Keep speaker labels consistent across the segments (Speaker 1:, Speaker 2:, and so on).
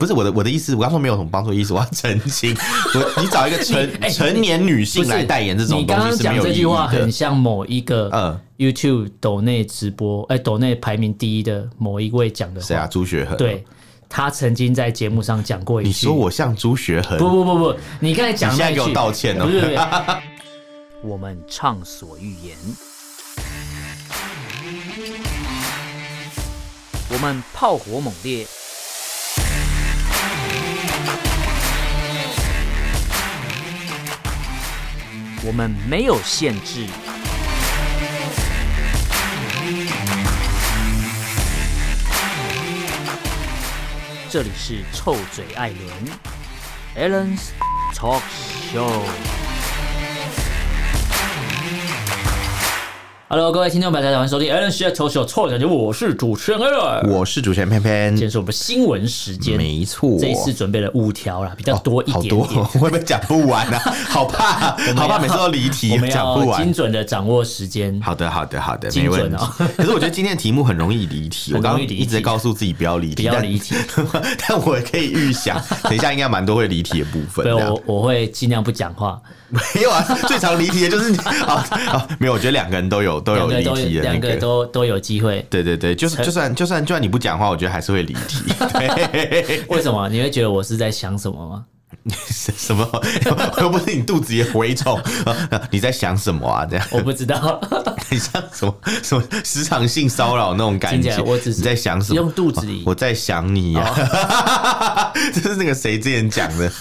Speaker 1: 不是我的我的意思，我刚说没有什么帮助的意思，我要澄 清。我你找一个成
Speaker 2: 哎
Speaker 1: 成年女性来代言这种
Speaker 2: 你刚
Speaker 1: 东
Speaker 2: 刚
Speaker 1: 西是没
Speaker 2: 讲
Speaker 1: 有
Speaker 2: 这
Speaker 1: 意义
Speaker 2: 句话很
Speaker 1: 的。
Speaker 2: 像某一
Speaker 1: 嗯
Speaker 2: 个 YouTube 抖内直播，哎、抖内排名第一的某一位讲的
Speaker 1: 谁
Speaker 2: 话，
Speaker 1: 啊？朱学恒？，
Speaker 2: 对他曾经在节目上讲过一句，
Speaker 1: 你说我像朱学恒？
Speaker 2: 不不不不，你刚才讲
Speaker 1: 你现
Speaker 2: 那
Speaker 1: 在
Speaker 2: 句，
Speaker 1: 给我道歉哦
Speaker 2: 不是不是， 我们畅所欲言，我们炮火猛烈，我们没有限制。这里是臭嘴艾伦 a l l e n s Talk Show。Hello，各位听众朋友，大家好，欢迎收听 Alan s h a r Talk Show 臭嘴节目，我是主持人 Alan。
Speaker 1: 我是主持人偏偏
Speaker 2: 今，天是我们新闻时间，
Speaker 1: 没错。哦
Speaker 2: 这一次准备了五条啦，比较多一
Speaker 1: 好
Speaker 2: 点点。
Speaker 1: 多，会不会讲不完 啊？好怕，好怕，每次都离
Speaker 2: 我
Speaker 1: 题
Speaker 2: 们，
Speaker 1: 讲
Speaker 2: 要
Speaker 1: 不
Speaker 2: 精
Speaker 1: 完。
Speaker 2: 准的掌握时间。
Speaker 1: 好的，好的，好的，
Speaker 2: 精
Speaker 1: 没
Speaker 2: 准
Speaker 1: 问题
Speaker 2: 哦。
Speaker 1: 可是我觉得今天的题目很容易离 题，我
Speaker 2: 很
Speaker 1: 刚
Speaker 2: 容
Speaker 1: 刚
Speaker 2: 易离题
Speaker 1: 一直在告诉自己不要离
Speaker 2: 不
Speaker 1: 题，
Speaker 2: 要
Speaker 1: 但
Speaker 2: 离题，
Speaker 1: 但我可以预想，等一下应该蛮多会离题的部分。
Speaker 2: 对，
Speaker 1: 这样
Speaker 2: 我我会尽量不讲话，
Speaker 1: 没有啊，最常离题的就是你 啊啊，没有，我觉得两个人都有都有
Speaker 2: 两个
Speaker 1: 离
Speaker 2: 都
Speaker 1: 题的那
Speaker 2: 两个
Speaker 1: 个。
Speaker 2: 都都有机会。
Speaker 1: 对对对，就是就算就算就算你不讲话，我觉得还是会离 题。对，
Speaker 2: 为什么？你会觉得我是在想什么吗？
Speaker 1: 什么？又不是你肚子也蛔虫、 啊你在想什么啊？这样，
Speaker 2: 我不知道，
Speaker 1: 很像什么什么时常性骚扰那种感
Speaker 2: 听起
Speaker 1: 觉。
Speaker 2: 来我只是
Speaker 1: 你在想什么？
Speaker 2: 用肚子里哦
Speaker 1: 我在想你呀、 这是那个谁之前讲的？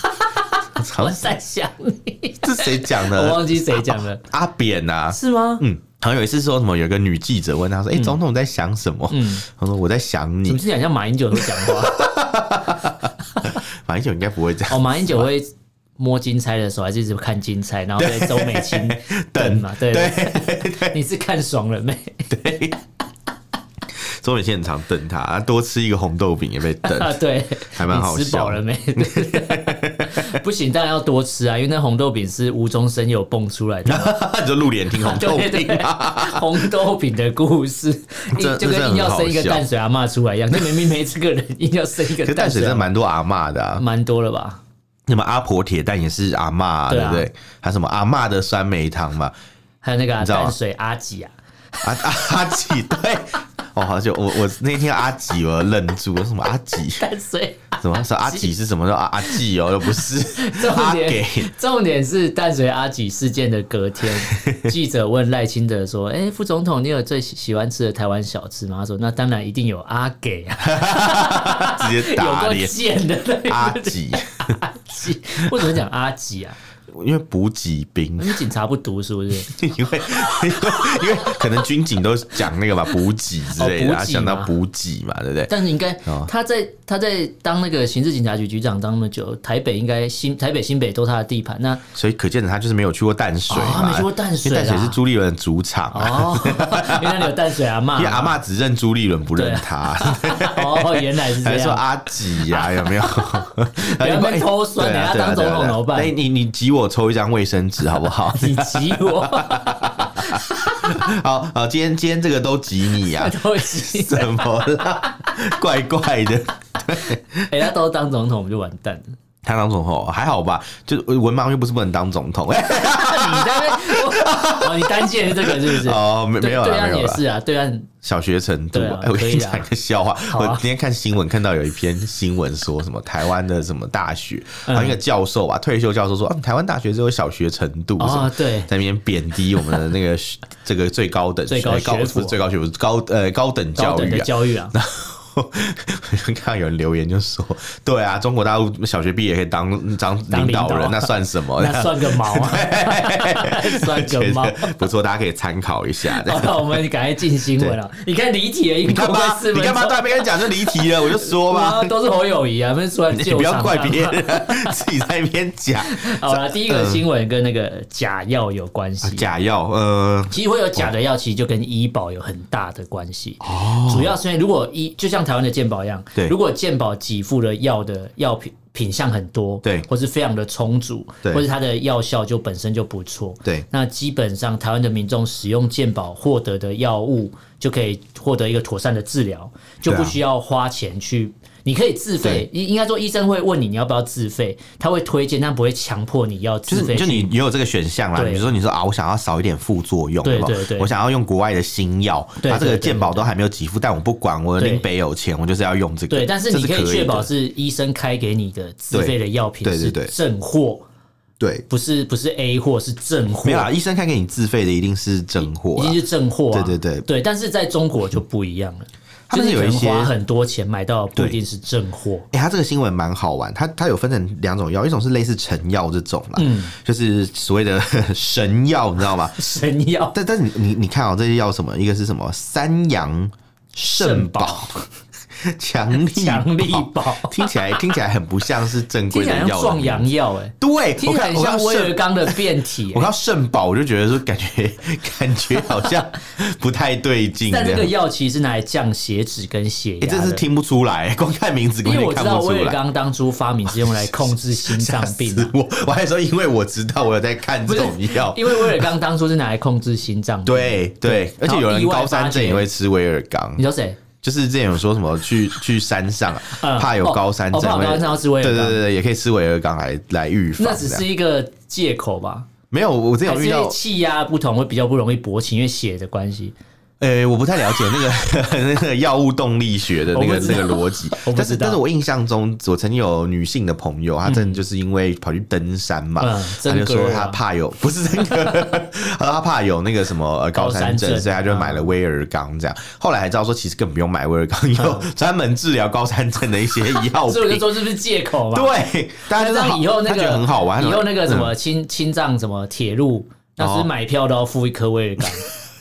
Speaker 2: 我
Speaker 1: 好像
Speaker 2: 在想你，
Speaker 1: 这是谁讲
Speaker 2: 我
Speaker 1: 的？
Speaker 2: 忘记谁讲了，
Speaker 1: 阿扁呐、啊，
Speaker 2: 是吗？
Speaker 1: 嗯，好像有一次说什么，有一个女记者问他说：“哎、总统在想什么？”
Speaker 2: 嗯
Speaker 1: 他说：“我在想
Speaker 2: 你
Speaker 1: 你
Speaker 2: 们。是讲像马英九会讲 话？”
Speaker 1: 马英九应该不会这样。
Speaker 2: 哦，马英九会摸金钗的时候，还是一直看金钗，然后被周美青 瞪嘛？对
Speaker 1: 对，
Speaker 2: 你是看爽了 没？
Speaker 1: 周美青很常瞪他，啊多吃一个红豆饼也被 瞪。
Speaker 2: 啊，对，
Speaker 1: 还蛮好笑
Speaker 2: 你吃饱了没？ 不行，当然要多吃啊，因为那红豆饼是无中生有蹦出来的。
Speaker 1: 你说露脸听红豆
Speaker 2: 对
Speaker 1: 饼
Speaker 2: 对，对， 红豆饼的故事，
Speaker 1: 这
Speaker 2: 就
Speaker 1: 这真的
Speaker 2: 跟硬要
Speaker 1: 很好
Speaker 2: 生一个
Speaker 1: 笑
Speaker 2: 淡水阿嬷出来一样，就明明没这个人，硬要生一
Speaker 1: 可
Speaker 2: 个
Speaker 1: 是淡水真
Speaker 2: 阿
Speaker 1: 的
Speaker 2: 嬷
Speaker 1: 蛮多阿嬷的、啊，
Speaker 2: 蛮多了吧？
Speaker 1: 那么阿婆铁蛋也是阿嬷、啊，
Speaker 2: 对
Speaker 1: 对
Speaker 2: 啊
Speaker 1: 不对？还有什么阿嬷的酸梅汤嘛？
Speaker 2: 还有那个啊
Speaker 1: 知道吗
Speaker 2: 淡水阿吉啊，
Speaker 1: 阿阿阿 吉对，哦，好久我我那天阿吉我愣住，我说什么阿 吉？
Speaker 2: 淡水
Speaker 1: 什么说阿吉是什么？说阿阿吉哦，又不是
Speaker 2: 重
Speaker 1: 阿给
Speaker 2: 点。重点是淡水阿吉事件的 隔天，记者问赖清德说：“哎、副总统，你有最喜喜欢吃的台湾小吃吗？”他说：“那当然一定有阿给啊，
Speaker 1: 直接
Speaker 2: 有
Speaker 1: 打
Speaker 2: 够
Speaker 1: 脸
Speaker 2: 贱的
Speaker 1: 阿
Speaker 2: 阿
Speaker 1: 吉，
Speaker 2: 吉。”为什么讲阿吉啊？
Speaker 1: 因为补给兵
Speaker 2: 你，们警察不读是不是？
Speaker 1: 因为因为因为可能军警都讲 那个吧，补给之类
Speaker 2: 哦补给
Speaker 1: 的，
Speaker 2: 嘛
Speaker 1: 他想到补给嘛，对不对？
Speaker 2: 但是应该
Speaker 1: 哦
Speaker 2: 他在他在当那个刑事警察局局长当那么久，台北应该新台北新北都他的地盘。那
Speaker 1: 所以可见的他就是没有去过淡水
Speaker 2: 哦
Speaker 1: 嘛，
Speaker 2: 他没去过淡水
Speaker 1: 因为淡水
Speaker 2: 啦
Speaker 1: 是朱立伦的主场啊，
Speaker 2: 哦， 原来你有淡水阿妈
Speaker 1: 因为阿嬷只认朱立伦不认 他，
Speaker 2: 哦，原来是这
Speaker 1: 还说
Speaker 2: 样。
Speaker 1: 阿吉呀、有没 有？
Speaker 2: 不要被偷酸欸
Speaker 1: 对啊
Speaker 2: 等下当总统怎么办
Speaker 1: 对啊对啊对啊哎，你你挤我抽一张卫生纸好不好？
Speaker 2: 你急我，
Speaker 1: 好好，今天今天这个都挤你 呀、
Speaker 2: 都急
Speaker 1: 怎么啦？ 怪怪的。
Speaker 2: 哎、他都当总统，我们就完 蛋了。
Speaker 1: 他当总统还好吧？就是文盲又不是不能当总统。
Speaker 2: 你在那边我 哦，你单见这个是不是？
Speaker 1: 哦，没没有
Speaker 2: 对对
Speaker 1: 啦，
Speaker 2: 岸
Speaker 1: 没有
Speaker 2: 也
Speaker 1: 啦
Speaker 2: 是。啊，对岸
Speaker 1: 小学程度
Speaker 2: 对
Speaker 1: 啊，
Speaker 2: 啊
Speaker 1: 哎我跟你
Speaker 2: 可以啊
Speaker 1: 讲一个笑话。
Speaker 2: 啊
Speaker 1: 我今天看新闻看到有一篇新闻说什么台湾的什么大学，好像一个教授吧，退休教授说，啊，台湾大学只有小学程度，什么
Speaker 2: 哦，对，
Speaker 1: 在那边贬低我们的那个学这个最高 等
Speaker 2: 最
Speaker 1: 学
Speaker 2: 高学府
Speaker 1: 不是最高学府高呃高等
Speaker 2: 高
Speaker 1: 教
Speaker 2: 等
Speaker 1: 育
Speaker 2: 的
Speaker 1: 啊。
Speaker 2: 教育啊，
Speaker 1: 我就看到有人留言就说：“对啊，中国大陆小学毕业可以当当
Speaker 2: 当
Speaker 1: 领导
Speaker 2: 领导啊
Speaker 1: 人，那算什么？
Speaker 2: 那算个毛 啊，算个
Speaker 1: 觉
Speaker 2: 毛。
Speaker 1: 得不错，大家可以参考一 下。这
Speaker 2: 好
Speaker 1: 样
Speaker 2: 了，我们赶快进新闻了。你看离体了，一
Speaker 1: 你干
Speaker 2: 共快
Speaker 1: 嘛？
Speaker 2: 四
Speaker 1: 你
Speaker 2: 分
Speaker 1: 干嘛都
Speaker 2: 钟。
Speaker 1: 还没跟你讲就离题了？我就说吧
Speaker 2: 哇，，都是侯友谊啊，不是出来
Speaker 1: 你
Speaker 2: 救
Speaker 1: 不要
Speaker 2: 场
Speaker 1: 怪
Speaker 2: 啊
Speaker 1: 别人， 自己在那边 讲
Speaker 2: 好了，第一个新闻跟那个假药有关系。
Speaker 1: 啊假药。呃，
Speaker 2: 其实会有假的药，其实就跟医保有很大的关系。哦，主要是因为如果医就像台湾的健保一样，
Speaker 1: 对
Speaker 2: 如果健保给付的药的药品品项很多，
Speaker 1: 对
Speaker 2: 或是非常的充足，
Speaker 1: 对
Speaker 2: 或是它的药效就本身就不错，
Speaker 1: 对
Speaker 2: 那基本上台湾的民众使用健保获得的药物，就可以获得一个妥善的治疗，就
Speaker 1: 对啊
Speaker 2: 不需要花钱去。你可以自费，应应该说医生会问你你要不要自费，他会推荐，但不会强迫你要
Speaker 1: 就
Speaker 2: 自
Speaker 1: 是
Speaker 2: 费。
Speaker 1: 就你也有这个选项啦，
Speaker 2: 对
Speaker 1: 比如说你说啊，我想要少一点副作用，
Speaker 2: 对
Speaker 1: 有没有
Speaker 2: 对对
Speaker 1: 我想要用国外的新药，
Speaker 2: 对
Speaker 1: 它这
Speaker 2: 对
Speaker 1: 个
Speaker 2: 对
Speaker 1: 健保都还没有给付，但我不管，我
Speaker 2: 对
Speaker 1: 林北有钱，我就是要用这个，
Speaker 2: 对，但是
Speaker 1: 这
Speaker 2: 你可以确保
Speaker 1: 的
Speaker 2: 是医生开给你的自费的药品
Speaker 1: 对对
Speaker 2: 是
Speaker 1: 对对
Speaker 2: 正货，
Speaker 1: 对，
Speaker 2: 不是不是 A 货，是正货
Speaker 1: 没，有啦，啊医生开给你自费的一定是真货
Speaker 2: 一
Speaker 1: 啦
Speaker 2: 定，是正货啊。
Speaker 1: 对对对
Speaker 2: 对，但是在中国就不一样了，
Speaker 1: 他
Speaker 2: 就
Speaker 1: 们
Speaker 2: 是
Speaker 1: 有
Speaker 2: 你可
Speaker 1: 一
Speaker 2: 能
Speaker 1: 些
Speaker 2: 花很多钱买到的不
Speaker 1: 对
Speaker 2: 一定是正货。
Speaker 1: 哎、欸，它这个新闻蛮好玩，它它有分成两种药，一种是类似成药这种啦，
Speaker 2: 嗯
Speaker 1: 就是所谓的 神药，你知道吗？
Speaker 2: 神药
Speaker 1: 但但你你你看哦、这些药什么？一个是什么三阳肾宝、 强力
Speaker 2: 强力
Speaker 1: 宝，
Speaker 2: 宝，
Speaker 1: 听起来听起来很不像是正规
Speaker 2: 听起
Speaker 1: 的
Speaker 2: 来
Speaker 1: 药的
Speaker 2: 像壮
Speaker 1: 名字
Speaker 2: 阳药哎，
Speaker 1: 对，
Speaker 2: 听
Speaker 1: 我
Speaker 2: 起来
Speaker 1: 看我
Speaker 2: 很像
Speaker 1: 看
Speaker 2: 威尔
Speaker 1: 肾，
Speaker 2: 刚的变体
Speaker 1: 我
Speaker 2: 欸。
Speaker 1: 看到肾宝，我就觉得说感觉 感觉好像不太对劲这
Speaker 2: 但那
Speaker 1: 样。
Speaker 2: 个
Speaker 1: 哎、
Speaker 2: 药其实是拿来降血脂跟血压
Speaker 1: 真是
Speaker 2: 的。
Speaker 1: 听不出来，光看名字根
Speaker 2: 因
Speaker 1: 本
Speaker 2: 为
Speaker 1: 就
Speaker 2: 我
Speaker 1: 看
Speaker 2: 知道
Speaker 1: 不出
Speaker 2: 威尔
Speaker 1: 来。
Speaker 2: 刚当初发明是用来控制心脏病
Speaker 1: 吓 死，
Speaker 2: 啊
Speaker 1: 我！我还说，因为我知道我有在看这种药。
Speaker 2: 因为威尔刚当初是拿来控制心脏病。，
Speaker 1: 对对，而且有
Speaker 2: 然后
Speaker 1: 人
Speaker 2: 意外
Speaker 1: 高
Speaker 2: 发
Speaker 1: 山症
Speaker 2: 觉
Speaker 1: 也会吃威尔刚
Speaker 2: 你，说谁？
Speaker 1: 就是之前有说什 么去去山上啊
Speaker 2: 嗯
Speaker 1: 怕有
Speaker 2: 哦
Speaker 1: 高山
Speaker 2: 哦
Speaker 1: 症
Speaker 2: 怕有
Speaker 1: 会，
Speaker 2: 高山症要吃威尔
Speaker 1: 对对
Speaker 2: 刚
Speaker 1: 对对，也可以吃威尔刚来来预防
Speaker 2: 那
Speaker 1: 这
Speaker 2: 只
Speaker 1: 样。
Speaker 2: 是一个借口吧？
Speaker 1: 没有，我之前
Speaker 2: 还
Speaker 1: 有
Speaker 2: 是
Speaker 1: 遇
Speaker 2: 因为
Speaker 1: 到，
Speaker 2: 气压不同会比较不容易勃起，因为血的关系。
Speaker 1: 呃，我不太了解那个 那个药物动力学的那
Speaker 2: 我
Speaker 1: 个
Speaker 2: 不知
Speaker 1: 那
Speaker 2: 道
Speaker 1: 个逻辑
Speaker 2: 我不知
Speaker 1: 但
Speaker 2: 道，
Speaker 1: 是但是我印象中，我曾经有女性的朋友，她真的就是因为跑去登山嘛
Speaker 2: 嗯，
Speaker 1: 她就
Speaker 2: 真格
Speaker 1: 说
Speaker 2: 啊
Speaker 1: 她怕有不是真个，她说她怕有那个什么呃高
Speaker 2: 高山
Speaker 1: 山症，
Speaker 2: 症
Speaker 1: 所以她就
Speaker 2: 啊
Speaker 1: 买了威尔刚这样。后来还知道说，其实根本不用买威尔刚，有专门治疗高山症的一些药
Speaker 2: 嗯 所以我就
Speaker 1: 品。
Speaker 2: 说是不是借口嘛？，
Speaker 1: 哦 对，大家
Speaker 2: 那
Speaker 1: 就
Speaker 2: 这
Speaker 1: 是
Speaker 2: 样
Speaker 1: 好
Speaker 2: 以后那
Speaker 1: 她觉
Speaker 2: 个
Speaker 1: 得很好玩，
Speaker 2: 以后那个什
Speaker 1: 嗯哦
Speaker 2: 么青青藏什么铁路，那是不是买票都要付一颗威尔 刚。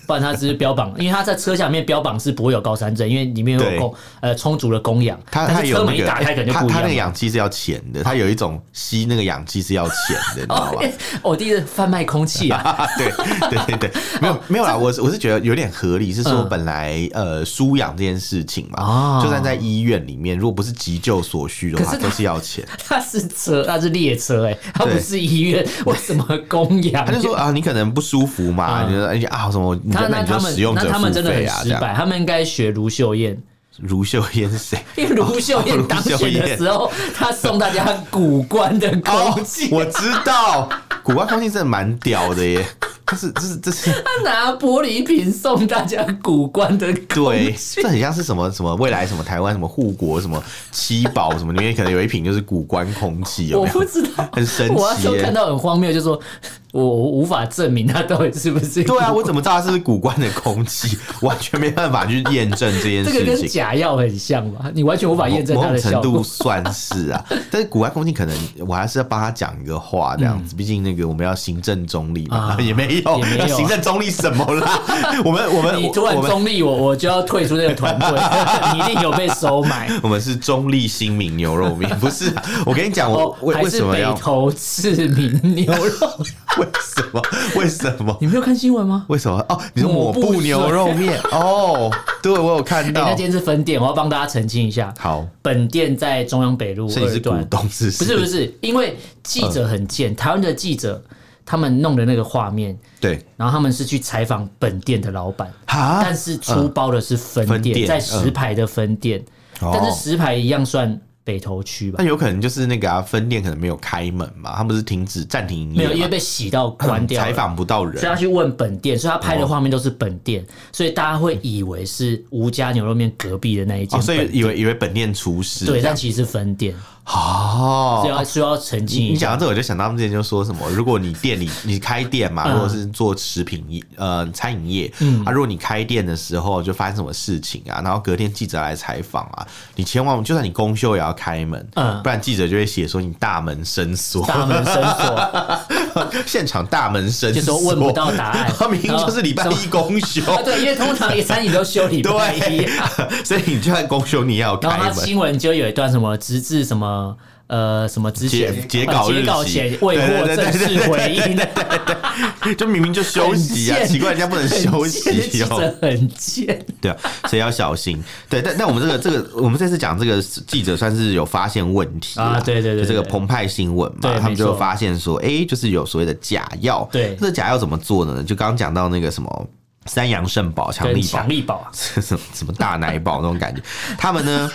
Speaker 2: 不然他只是标榜，因为他在车下面标榜是不会有高山症，因为里面有
Speaker 1: 对
Speaker 2: 供呃充足的供氧，
Speaker 1: 它它
Speaker 2: 但是车
Speaker 1: 有
Speaker 2: 门
Speaker 1: 那
Speaker 2: 一
Speaker 1: 个，
Speaker 2: 打开可能就
Speaker 1: 它
Speaker 2: 不一
Speaker 1: 它那
Speaker 2: 样
Speaker 1: 个
Speaker 2: 了。
Speaker 1: 氧气是要钱的，它有一种吸那个氧气是要钱的，你知道
Speaker 2: 哦
Speaker 1: 吧？
Speaker 2: 欸我第一次贩卖空气啊，
Speaker 1: 啊， 对对对对，没有没有啦，我是我是觉得有点合理，是说
Speaker 2: 嗯
Speaker 1: 本来呃输氧这件事情嘛
Speaker 2: 哦，
Speaker 1: 就算在医院里面，如果不是急救所需的
Speaker 2: 可
Speaker 1: 话，
Speaker 2: 是它
Speaker 1: 都是要钱。
Speaker 2: 它是车，它是列车、欸，哎，它
Speaker 1: 对
Speaker 2: 不是医院，为什么供氧？
Speaker 1: 他就说啊，你可能不舒服嘛，
Speaker 2: 嗯
Speaker 1: 你就说哎啊什么，你
Speaker 2: 他
Speaker 1: 就那
Speaker 2: 那
Speaker 1: 你
Speaker 2: 他
Speaker 1: 就
Speaker 2: 们
Speaker 1: 使用
Speaker 2: 那
Speaker 1: 者
Speaker 2: 他们
Speaker 1: 付
Speaker 2: 真的
Speaker 1: 费
Speaker 2: 很
Speaker 1: 啊，这
Speaker 2: 失
Speaker 1: 样。
Speaker 2: 败，他们应该学卢秀燕，
Speaker 1: 卢秀燕是谁？
Speaker 2: 因为卢秀
Speaker 1: 哦
Speaker 2: 燕
Speaker 1: 卢
Speaker 2: 当
Speaker 1: 秀
Speaker 2: 选的
Speaker 1: 燕
Speaker 2: 时候，她送大家古关的
Speaker 1: 哦
Speaker 2: 空气，，
Speaker 1: 我知道，古巴空气真的蛮屌的耶， 但是这是这是。
Speaker 2: 她拿玻璃瓶送大家古关的
Speaker 1: 对，这很像是什么什么未来什么台湾什么护国什么七宝什么里面可能有一瓶就是古关空气，有
Speaker 2: 我
Speaker 1: 没
Speaker 2: 不
Speaker 1: 有？
Speaker 2: 知道，
Speaker 1: 很神
Speaker 2: 我那
Speaker 1: 奇
Speaker 2: 时候
Speaker 1: 耶、
Speaker 2: 看到很荒谬，就说我我无法证明它到底是不是
Speaker 1: 对啊，我怎么知道它是不是古关的空 气？完全没办法去验证这件
Speaker 2: 这个
Speaker 1: 事
Speaker 2: 跟
Speaker 1: 情。
Speaker 2: 假药很像吧？你完全无法验证
Speaker 1: 某
Speaker 2: 它
Speaker 1: 种
Speaker 2: 的
Speaker 1: 程
Speaker 2: 效果
Speaker 1: 度。算是 啊，但是古关空气可能我还是要帮他讲一个话这样子，毕竟那个我们要行政中立嘛，
Speaker 2: 嗯啊
Speaker 1: 也没有
Speaker 2: 也没有
Speaker 1: 行政中立什么啦， 我们我们
Speaker 2: 你突然
Speaker 1: 我们
Speaker 2: 中立我，我就要退出这个团队， 你一定有被收买。
Speaker 1: 我们是中立新民牛肉面，不是啊、我跟你讲， 我
Speaker 2: 哦
Speaker 1: 为
Speaker 2: 还
Speaker 1: 为
Speaker 2: 是
Speaker 1: 什么
Speaker 2: 北
Speaker 1: 要
Speaker 2: 投市民牛肉？
Speaker 1: 为什么？为什么？
Speaker 2: 你没有看新闻吗？
Speaker 1: 为什么？哦，你说抹
Speaker 2: 抹布
Speaker 1: 布
Speaker 2: 水
Speaker 1: 牛肉面哦，对我有看
Speaker 2: 哎、
Speaker 1: 到
Speaker 2: 那。间是分店，我要帮大家澄清一下，
Speaker 1: 好，
Speaker 2: 本店在中央北路
Speaker 1: 所以你
Speaker 2: 二
Speaker 1: 是股
Speaker 2: 段，
Speaker 1: 东嗯是？
Speaker 2: 不是不，是，因为记者很贱，台湾的记者他们弄的那个画面，
Speaker 1: 对
Speaker 2: 然后他们是去采访本店的老板，
Speaker 1: 哈，
Speaker 2: 但是出包的是分
Speaker 1: 分
Speaker 2: 店，
Speaker 1: 店
Speaker 2: 在石牌的分店，
Speaker 1: 哦
Speaker 2: 但是石牌一样算北投区吧
Speaker 1: 那。有可能就是那个啊，分店可能没有开门嘛，他们不是停止暂停营
Speaker 2: 没
Speaker 1: 业嘛，
Speaker 2: 有，因为被洗到关掉了
Speaker 1: 采访不到
Speaker 2: 所以
Speaker 1: 人，哦
Speaker 2: 他去问本店，所以他拍的画面都是本店，所以大家会以为是吴家牛肉面隔壁的那一
Speaker 1: 哦，
Speaker 2: 间本
Speaker 1: 所
Speaker 2: 店、
Speaker 1: 以以为以为本店出事，
Speaker 2: 对，但其实是分店，所以
Speaker 1: 哦。
Speaker 2: 要需要澄清
Speaker 1: 你
Speaker 2: 一
Speaker 1: 你讲
Speaker 2: 下。
Speaker 1: 到这，我就想到他们之前就说什么，如果你店里 你开店嘛，
Speaker 2: 嗯
Speaker 1: 如果是做食品业呃餐饮业，啊，如果你开店的时候就发生什么事情啊，然后隔天记者来采访啊，你千万就算你公休也要开门，
Speaker 2: 嗯
Speaker 1: 不然记者就会写说你大门深锁，
Speaker 2: 大门深锁，
Speaker 1: 现场大门深
Speaker 2: 就
Speaker 1: 锁，，
Speaker 2: 说问不到答案
Speaker 1: 他明明就是礼拜
Speaker 2: 然后
Speaker 1: 一公休，
Speaker 2: 啊，对，因为通常也餐饮都休礼拜一，
Speaker 1: 对， 所以你就算公休，你也要
Speaker 2: 然
Speaker 1: 开
Speaker 2: 后他
Speaker 1: 门。
Speaker 2: 新闻就有一段什么直至什么呃什么之
Speaker 1: 截
Speaker 2: 前
Speaker 1: 截稿
Speaker 2: 呃截
Speaker 1: 日
Speaker 2: 稿
Speaker 1: 期
Speaker 2: 前未获
Speaker 1: 对对对
Speaker 2: 正式回应，
Speaker 1: 就明明就休息啊，
Speaker 2: 很贱
Speaker 1: 奇怪人家不能休
Speaker 2: 很贱记
Speaker 1: 息哦，
Speaker 2: 者很贱，
Speaker 1: 对啊，所以要小心。 对，但但我们这个这个，我们这次讲这个记者算是有发现问题啦
Speaker 2: 啊对对对对
Speaker 1: 就这个澎湃新闻
Speaker 2: 对
Speaker 1: 嘛，他们
Speaker 2: 没错
Speaker 1: 就发现说，哎，就是有所谓的假药，
Speaker 2: 对
Speaker 1: 这假药怎么做呢？就刚刚讲到那个什么。三阳盛宝、强
Speaker 2: 跟
Speaker 1: 力宝
Speaker 2: 强、力宝 啊，
Speaker 1: 什么什么大奶宝那种感觉，他们呢，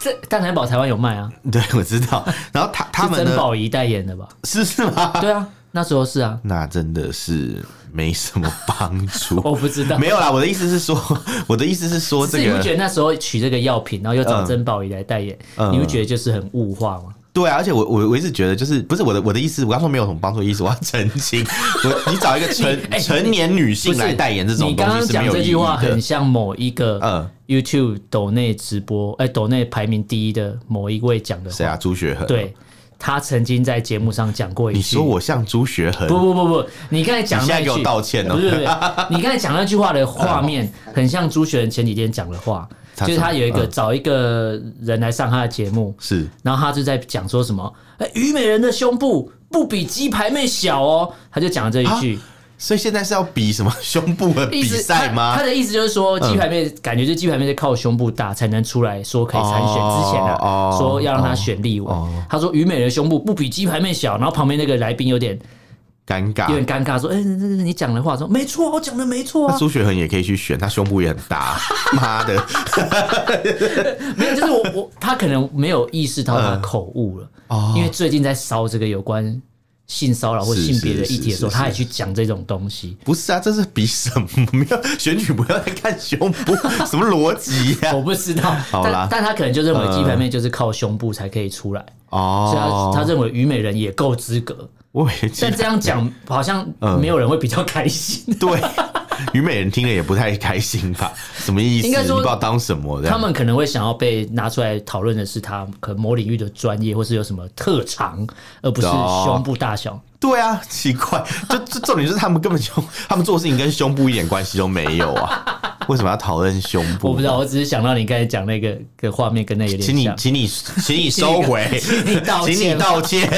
Speaker 2: 这大奶宝台湾有卖啊，
Speaker 1: 对我知道，然后他他
Speaker 2: 是
Speaker 1: 们
Speaker 2: 曾
Speaker 1: 呢，
Speaker 2: 宝仪代言的吧？
Speaker 1: 是是吗？
Speaker 2: 对啊，那时候是啊，
Speaker 1: 那真的是没什么帮助。
Speaker 2: 我不知道。
Speaker 1: 没有啦，我的意思是说，我的意思是说，
Speaker 2: 只是
Speaker 1: 这
Speaker 2: 你不觉
Speaker 1: 个
Speaker 2: 得那时候取这个药品，然后又找
Speaker 1: 嗯
Speaker 2: 曾宝仪来代言，
Speaker 1: 嗯
Speaker 2: 你不觉得就是很物化吗？
Speaker 1: 对啊，而且我我我一直觉得，就是不是我的我的意思，我刚说没有什么帮助的意思，我要澄清，我你找一个 成
Speaker 2: 哎
Speaker 1: 成年女性
Speaker 2: 不是
Speaker 1: 来代言这种
Speaker 2: 你刚
Speaker 1: 东
Speaker 2: 刚
Speaker 1: 西是没
Speaker 2: 讲
Speaker 1: 有
Speaker 2: 这
Speaker 1: 意义
Speaker 2: 句话很
Speaker 1: 的。
Speaker 2: 像某一个
Speaker 1: 嗯
Speaker 2: YouTube 抖内直播，哎、抖内排名第一的某一位讲的话。
Speaker 1: 谁啊？朱雪恒？，
Speaker 2: 对，他曾经在节目上讲过一句。
Speaker 1: 你说我像朱雪恒？
Speaker 2: 不不不不，你刚才讲
Speaker 1: 你现
Speaker 2: 那
Speaker 1: 在给
Speaker 2: 句，
Speaker 1: 我道歉哦
Speaker 2: 不是不是， 你刚才讲那句话的画面，很像朱雪人前几天讲的话，
Speaker 1: 他
Speaker 2: 就是
Speaker 1: 说
Speaker 2: 他有一个
Speaker 1: 嗯
Speaker 2: 找一个人来上他的节目，
Speaker 1: 是
Speaker 2: 然后他就在讲说什么，哎，虞美人的胸部不比鸡排妹小哦，他就讲了这一
Speaker 1: 啊
Speaker 2: 句。
Speaker 1: 所以现在是要比什么胸部的比
Speaker 2: 意思
Speaker 1: 赛
Speaker 2: 他？
Speaker 1: 吗
Speaker 2: 他？的意思就是说，鸡排妹感觉就鸡排妹是靠胸部大才能出来说可以参选。
Speaker 1: 哦
Speaker 2: 之前啊
Speaker 1: 哦，
Speaker 2: 说要让她选立委
Speaker 1: 哦，
Speaker 2: 他说虞美人的胸部不比鸡排妹小，然后旁边那个来宾有点
Speaker 1: 尴
Speaker 2: 有点
Speaker 1: 尬。
Speaker 2: 尴尬，说：“哎、那那那你讲的话，说没错，我讲的没错
Speaker 1: 那
Speaker 2: 啊，
Speaker 1: 朱雪恒也可以去选，他胸部也很大。妈的，
Speaker 2: 没有，就是我我他可能没有意识到他口误了，
Speaker 1: 哦
Speaker 2: 因为最近在烧这个有关性骚扰或
Speaker 1: 是
Speaker 2: 性别的
Speaker 1: 是
Speaker 2: 议题的时候，
Speaker 1: 是是
Speaker 2: 他也去讲这种东西。
Speaker 1: 不是啊，这是比什么？没有选举不要再看胸部，什么逻辑呀
Speaker 2: 我？不知道，
Speaker 1: 好
Speaker 2: 但
Speaker 1: 啦嗯
Speaker 2: 但他可能就认为鸡排妹就是靠胸部才可以出来，所以
Speaker 1: 哦，
Speaker 2: 啊他他认为虞美人也够资格。
Speaker 1: 我以为鸡
Speaker 2: 但这样讲
Speaker 1: 嗯
Speaker 2: 好像没有人会比较开 心，
Speaker 1: 对，虞美人听了也不太开心 吧？什么意思？
Speaker 2: 应该说
Speaker 1: 你不知道当什么这
Speaker 2: 他
Speaker 1: 样。
Speaker 2: 们可能会想要被拿出来讨论的是他可能某领域的专业或是有什么特长，而不是
Speaker 1: 哦
Speaker 2: 胸部大小。
Speaker 1: 对啊，奇怪，就就重点就是他们根本就他们做事情跟胸部一点关系都没有 啊！为什么要讨论胸部？
Speaker 2: 我不知道，我只是想到你刚才讲那个个画面跟那有
Speaker 1: 请
Speaker 2: 点
Speaker 1: 你
Speaker 2: 像，，
Speaker 1: 请你，请你收回，
Speaker 2: 请你 道歉啊
Speaker 1: 请你道 歉。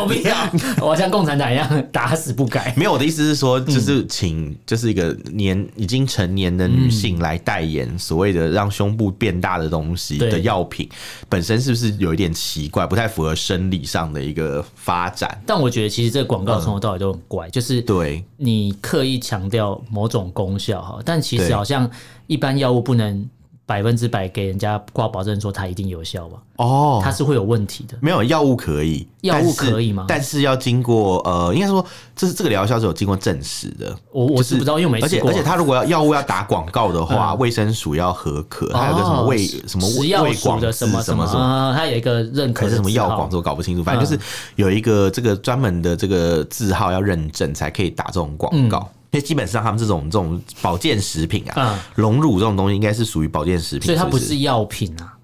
Speaker 2: 我不要，我要像共产党一样打死不 改。
Speaker 1: 没有，我的意思是说，
Speaker 2: 嗯
Speaker 1: 就是请，就是一个年已经成年的女性来代言所谓的让胸部变大的东西
Speaker 2: 嗯对
Speaker 1: 的药品，本身是不是有一点奇怪，不太符合生理上的一个发展？
Speaker 2: 但我觉得其实这个广告从头到尾都很怪，就是
Speaker 1: 对，
Speaker 2: 你刻意强调某种功效哈，但其实
Speaker 1: 对
Speaker 2: 好像一般药物不能百分之百给人家挂保证说它一定有效吧，
Speaker 1: 哦
Speaker 2: 它是会有问题的。
Speaker 1: 没有药物可以，
Speaker 2: 药物
Speaker 1: 但是
Speaker 2: 可以吗
Speaker 1: 但是要经过呃，应该说这是这个疗效是有经过证实的。
Speaker 2: 我我是不知道，因为我没
Speaker 1: 而
Speaker 2: 吃
Speaker 1: 且
Speaker 2: 过嗯
Speaker 1: 而且，。他如果要药物要打广告的话，卫生署要合可，还有个什么卫
Speaker 2: 哦
Speaker 1: 什么
Speaker 2: 食药
Speaker 1: 卫
Speaker 2: 署
Speaker 1: 广
Speaker 2: 的
Speaker 1: 字
Speaker 2: 什么
Speaker 1: 什
Speaker 2: 么
Speaker 1: 么什么，
Speaker 2: 啊，它有一个认可
Speaker 1: 还
Speaker 2: 的
Speaker 1: 是什么
Speaker 2: 字号
Speaker 1: 药广，这我搞不
Speaker 2: 嗯
Speaker 1: 清楚。反正就是有一个这个专门的这个字号要认证才可以打这种广告。因为基本上他们这种这种保健食品
Speaker 2: 嗯
Speaker 1: 啊，龙乳这种东西应该是属于保健食品，
Speaker 2: 所以它不
Speaker 1: 不
Speaker 2: 是药品啊。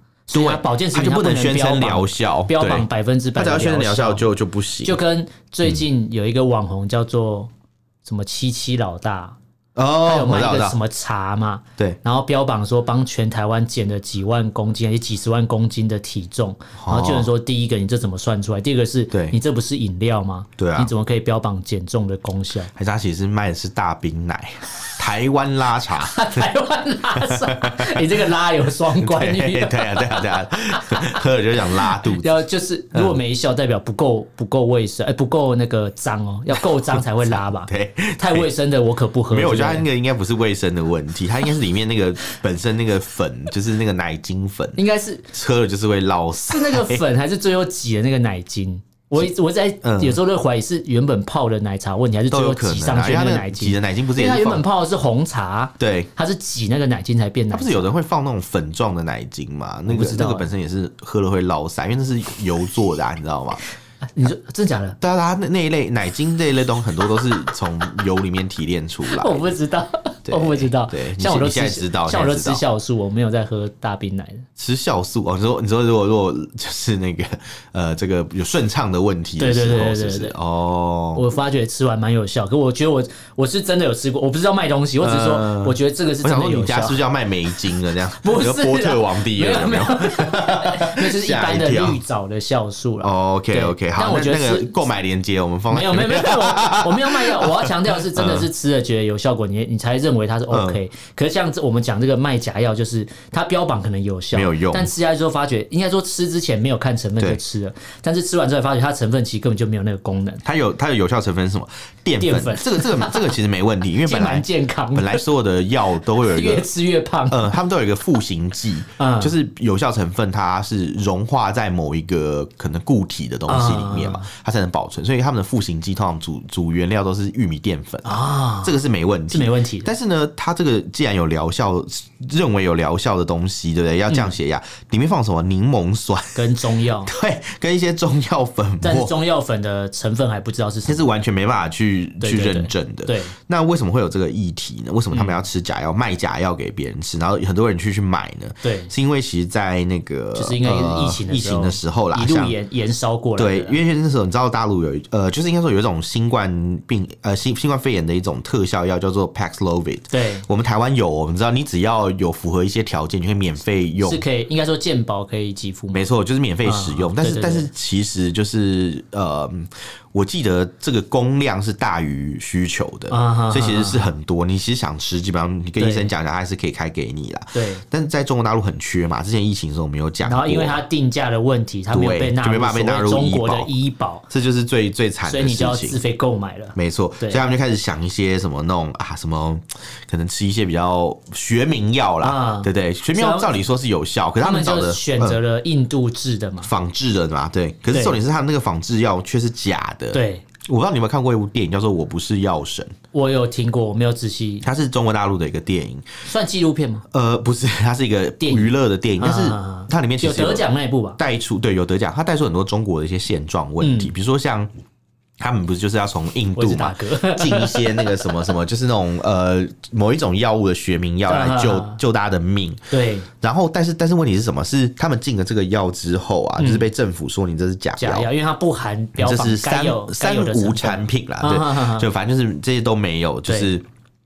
Speaker 1: 对
Speaker 2: 所以它保健食
Speaker 1: 它
Speaker 2: 品
Speaker 1: 就
Speaker 2: 它
Speaker 1: 不能宣
Speaker 2: 标
Speaker 1: 称
Speaker 2: 榜
Speaker 1: 疗效，
Speaker 2: 标
Speaker 1: 对
Speaker 2: 榜百分之百
Speaker 1: 它
Speaker 2: 的
Speaker 1: 只要宣称疗效嗯
Speaker 2: 效
Speaker 1: 就就不行，
Speaker 2: 就跟最近有一个网红叫做什么七七老大，他
Speaker 1: 哦
Speaker 2: 有，
Speaker 1: 我
Speaker 2: 卖
Speaker 1: 知道，
Speaker 2: 一
Speaker 1: 我知
Speaker 2: 个什
Speaker 1: 道，
Speaker 2: 么茶嘛，
Speaker 1: 对，
Speaker 2: 然后标榜说帮全台湾减了几万公斤还是几十万公斤的体重，然后就有人说第一个你这怎么算出来？第二个是
Speaker 1: 哦对
Speaker 2: 你这不是饮料吗？
Speaker 1: 对啊
Speaker 2: 你怎么可以标榜减重的功效？
Speaker 1: 还是他其实卖的是大冰奶， 台湾拉茶。
Speaker 2: 台湾拉 上，你这个拉有双关
Speaker 1: 对
Speaker 2: 语
Speaker 1: 对。 啊，对啊，对啊，喝了就想拉肚子。。
Speaker 2: 然后就是，如果没效，代表不够不够卫生，哎，不够那个脏哦，要够脏才会拉吧
Speaker 1: 对，
Speaker 2: 太卫生的我可不喝。
Speaker 1: 没有，我觉得
Speaker 2: 对
Speaker 1: 它
Speaker 2: 不对
Speaker 1: 那个应该不是卫生的问题，它应该是里面那个本身那个粉， 就是那个奶精粉，
Speaker 2: 应该是
Speaker 1: 喝了就是会落散。
Speaker 2: 是 那个粉还是最后挤的那个奶精？我我在
Speaker 1: 嗯
Speaker 2: 有时候都怀疑是原本泡的奶茶问题，还是最
Speaker 1: 都
Speaker 2: 后
Speaker 1: 有可
Speaker 2: 挤
Speaker 1: 能
Speaker 2: 上
Speaker 1: 啊，因
Speaker 2: 去
Speaker 1: 为它
Speaker 2: 那个
Speaker 1: 那
Speaker 2: 奶
Speaker 1: 个
Speaker 2: 精？
Speaker 1: 挤的奶精不是
Speaker 2: 因
Speaker 1: 也
Speaker 2: 为它
Speaker 1: 是
Speaker 2: 原本
Speaker 1: 放
Speaker 2: 泡的是红茶，
Speaker 1: 对，
Speaker 2: 它是挤那个奶精才变奶
Speaker 1: 它不是
Speaker 2: 精。
Speaker 1: 有人会放那种粉状的奶精嘛？那
Speaker 2: 我不
Speaker 1: 个
Speaker 2: 知道
Speaker 1: 那个
Speaker 2: 欸
Speaker 1: 本身也是喝了会落散，因为那是油做的，啊，你知道吗？
Speaker 2: 你说真假的？
Speaker 1: 对啊，它那那一类奶精这一类东西很多都是从油里面提炼出来。
Speaker 2: 我不知道，
Speaker 1: 啊对
Speaker 2: 我不知道
Speaker 1: 对。你
Speaker 2: 像我都
Speaker 1: 你现
Speaker 2: 吃
Speaker 1: 在知道
Speaker 2: 像我都
Speaker 1: 现在知
Speaker 2: 吃
Speaker 1: 道
Speaker 2: 酵素，我没有在喝大冰奶的。
Speaker 1: 吃酵素哦，你说你说如果如果就是那个呃这个有顺畅的问题的时候，
Speaker 2: 对对对对
Speaker 1: 是不
Speaker 2: 对
Speaker 1: 是
Speaker 2: 对？
Speaker 1: 哦，
Speaker 2: 我发觉吃完蛮有效，可我觉得我我是真的有吃过，我不知道卖东西，我只是说
Speaker 1: 嗯
Speaker 2: 我觉得这个
Speaker 1: 我
Speaker 2: 是真
Speaker 1: 想
Speaker 2: 的
Speaker 1: 说你
Speaker 2: 有
Speaker 1: 家
Speaker 2: 效
Speaker 1: 是不。是要卖梅精了这样？
Speaker 2: 不是
Speaker 1: 有
Speaker 2: 啦
Speaker 1: 波特王帝
Speaker 2: 没
Speaker 1: 了
Speaker 2: 有
Speaker 1: 有没
Speaker 2: 没
Speaker 1: 有
Speaker 2: 有，那就是一般的
Speaker 1: 吓一跳哦
Speaker 2: 绿藻的酵素啦。
Speaker 1: ？OK
Speaker 2: 对
Speaker 1: OK，好，
Speaker 2: 但我
Speaker 1: 那
Speaker 2: 觉得
Speaker 1: 那
Speaker 2: 是
Speaker 1: 个购买链接我们放在 嗯
Speaker 2: 没有没有没有，我我没有卖药，我要强调是真的是吃了觉得有效果，你你才认认为它是 OK、可是像这我们讲这个卖假药，就是它标榜可能有效，
Speaker 1: 没有用
Speaker 2: 但吃下去之后发觉，应该说吃之前没有看成分就
Speaker 1: 对
Speaker 2: 吃了，但是吃完之后发觉它成分其实根本就没有那个功能，
Speaker 1: 它有它的有效成分是什么？淀粉。
Speaker 2: 淀粉
Speaker 1: 这个这个这个其实没问题，因为
Speaker 2: 其实
Speaker 1: 本来
Speaker 2: 蛮健康
Speaker 1: 本
Speaker 2: 的，
Speaker 1: 来所有的药都会有 一
Speaker 2: 越
Speaker 1: 个。
Speaker 2: 吃越胖。
Speaker 1: 呃，他们都有一个赋形剂，
Speaker 2: 嗯
Speaker 1: 就是有效成分，它是融化在某一个可能固体的东西里面
Speaker 2: 嗯
Speaker 1: 嘛，它才能保存。所以他们的赋形剂通常主主原料都是玉米淀粉
Speaker 2: 啊，
Speaker 1: 这个是没问题，
Speaker 2: 是没问题的
Speaker 1: 但是呢，它这个既然有疗效，认为有疗效的东西，
Speaker 2: 嗯
Speaker 1: 对不对？要降血压，里面放什么柠檬酸，
Speaker 2: 跟中药，
Speaker 1: 对，跟一些中药粉
Speaker 2: 但是
Speaker 1: 末，
Speaker 2: 中药粉的成分还不知道是什
Speaker 1: 这
Speaker 2: 么。
Speaker 1: 是完全没办法去
Speaker 2: 对
Speaker 1: 去
Speaker 2: 对对
Speaker 1: 认证的。
Speaker 2: 对，
Speaker 1: 那为什么会有这个议题呢？为什么他
Speaker 2: 嗯
Speaker 1: 们要吃假药、卖假药给别人吃，然后很多人去去买呢？
Speaker 2: 对
Speaker 1: 是因为其实，在那个
Speaker 2: 就是应该是疫情
Speaker 1: 呃疫情的时候啦，
Speaker 2: 一路
Speaker 1: 像
Speaker 2: 延延烧过来的。
Speaker 1: 对，因为那时候你知道大陆有一呃，就是应该说有一种新冠病呃新新冠肺炎的一种特效药叫做 Paxlovid。
Speaker 2: 对
Speaker 1: 我们台湾有，我们知道你只要有符合一些条件，就可以免费用
Speaker 2: 是。可以，应该说健保可以给付吗？
Speaker 1: 没错，就是免费使用，
Speaker 2: 啊
Speaker 1: 但是
Speaker 2: 对对
Speaker 1: 但
Speaker 2: 对
Speaker 1: 是其实就是呃，我记得这个供量是大于需求的，
Speaker 2: 啊哈
Speaker 1: 所以其实
Speaker 2: 哈
Speaker 1: 是很多。你其实想吃，基本上你跟医
Speaker 2: 对
Speaker 1: 生讲讲，他还是可以开给你啦。
Speaker 2: 对，
Speaker 1: 但是在中国大陆很缺嘛，之前疫情的时候我们有讲过，
Speaker 2: 然后因为它定价的问题，它没有
Speaker 1: 对
Speaker 2: 被纳
Speaker 1: 就没
Speaker 2: 入
Speaker 1: 办法被纳入
Speaker 2: 所谓中国
Speaker 1: 医
Speaker 2: 的
Speaker 1: 保
Speaker 2: 医保，
Speaker 1: 这就是最最惨的
Speaker 2: 所以你就要
Speaker 1: 事情
Speaker 2: 自。费购买了。
Speaker 1: 没错，所
Speaker 2: 对
Speaker 1: 以他们就开始想一些什么那种啊，什么可能吃一些比较学名药啦，
Speaker 2: 啊
Speaker 1: 对不对？学名
Speaker 2: 所
Speaker 1: 药
Speaker 2: 以
Speaker 1: 照理说是有效，可是
Speaker 2: 他
Speaker 1: 们
Speaker 2: 们
Speaker 1: 找
Speaker 2: 就
Speaker 1: 的
Speaker 2: 选
Speaker 1: 嗯
Speaker 2: 择了印度制的嘛，
Speaker 1: 仿制的嘛，对。可是
Speaker 2: 对
Speaker 1: 重点是他们那个仿制药却是假的。，
Speaker 2: 对。
Speaker 1: 我不知道你有没有看过一部电影叫做《我不是药神》，
Speaker 2: 我有听过，我没有仔细
Speaker 1: 它是中国大陆的一个电影，
Speaker 2: 算纪录片吗？
Speaker 1: 呃，不是， 它是一个
Speaker 2: 影
Speaker 1: 娱乐的电影，但是
Speaker 2: 啊
Speaker 1: 它里面其
Speaker 2: 有
Speaker 1: 实有
Speaker 2: 得奖那一部吧？
Speaker 1: 带出对有得奖，它带出很多中国的一些现状问题，比如说像他们不是就是要从印
Speaker 2: 嗯我
Speaker 1: 度
Speaker 2: 是
Speaker 1: 嘛
Speaker 2: 大哥，
Speaker 1: 进一些那个什么什 么，就是那种呃某一种药物的学名药来救、
Speaker 2: 啊
Speaker 1: 救大家的命。
Speaker 2: 对，
Speaker 1: 然后，但是但是问题是什么？是他们进了这个药之后啊，就是被政府说你这是假
Speaker 2: 嗯假
Speaker 1: 药。
Speaker 2: 药，因为它不含标
Speaker 1: 这
Speaker 2: 榜
Speaker 1: 是
Speaker 2: 该
Speaker 1: 三
Speaker 2: 有该
Speaker 1: 三
Speaker 2: 有的成
Speaker 1: 无
Speaker 2: 分
Speaker 1: 产品啦，
Speaker 2: 啊啊啊
Speaker 1: 对，
Speaker 2: 啊
Speaker 1: 就反正就是这些都没有，就是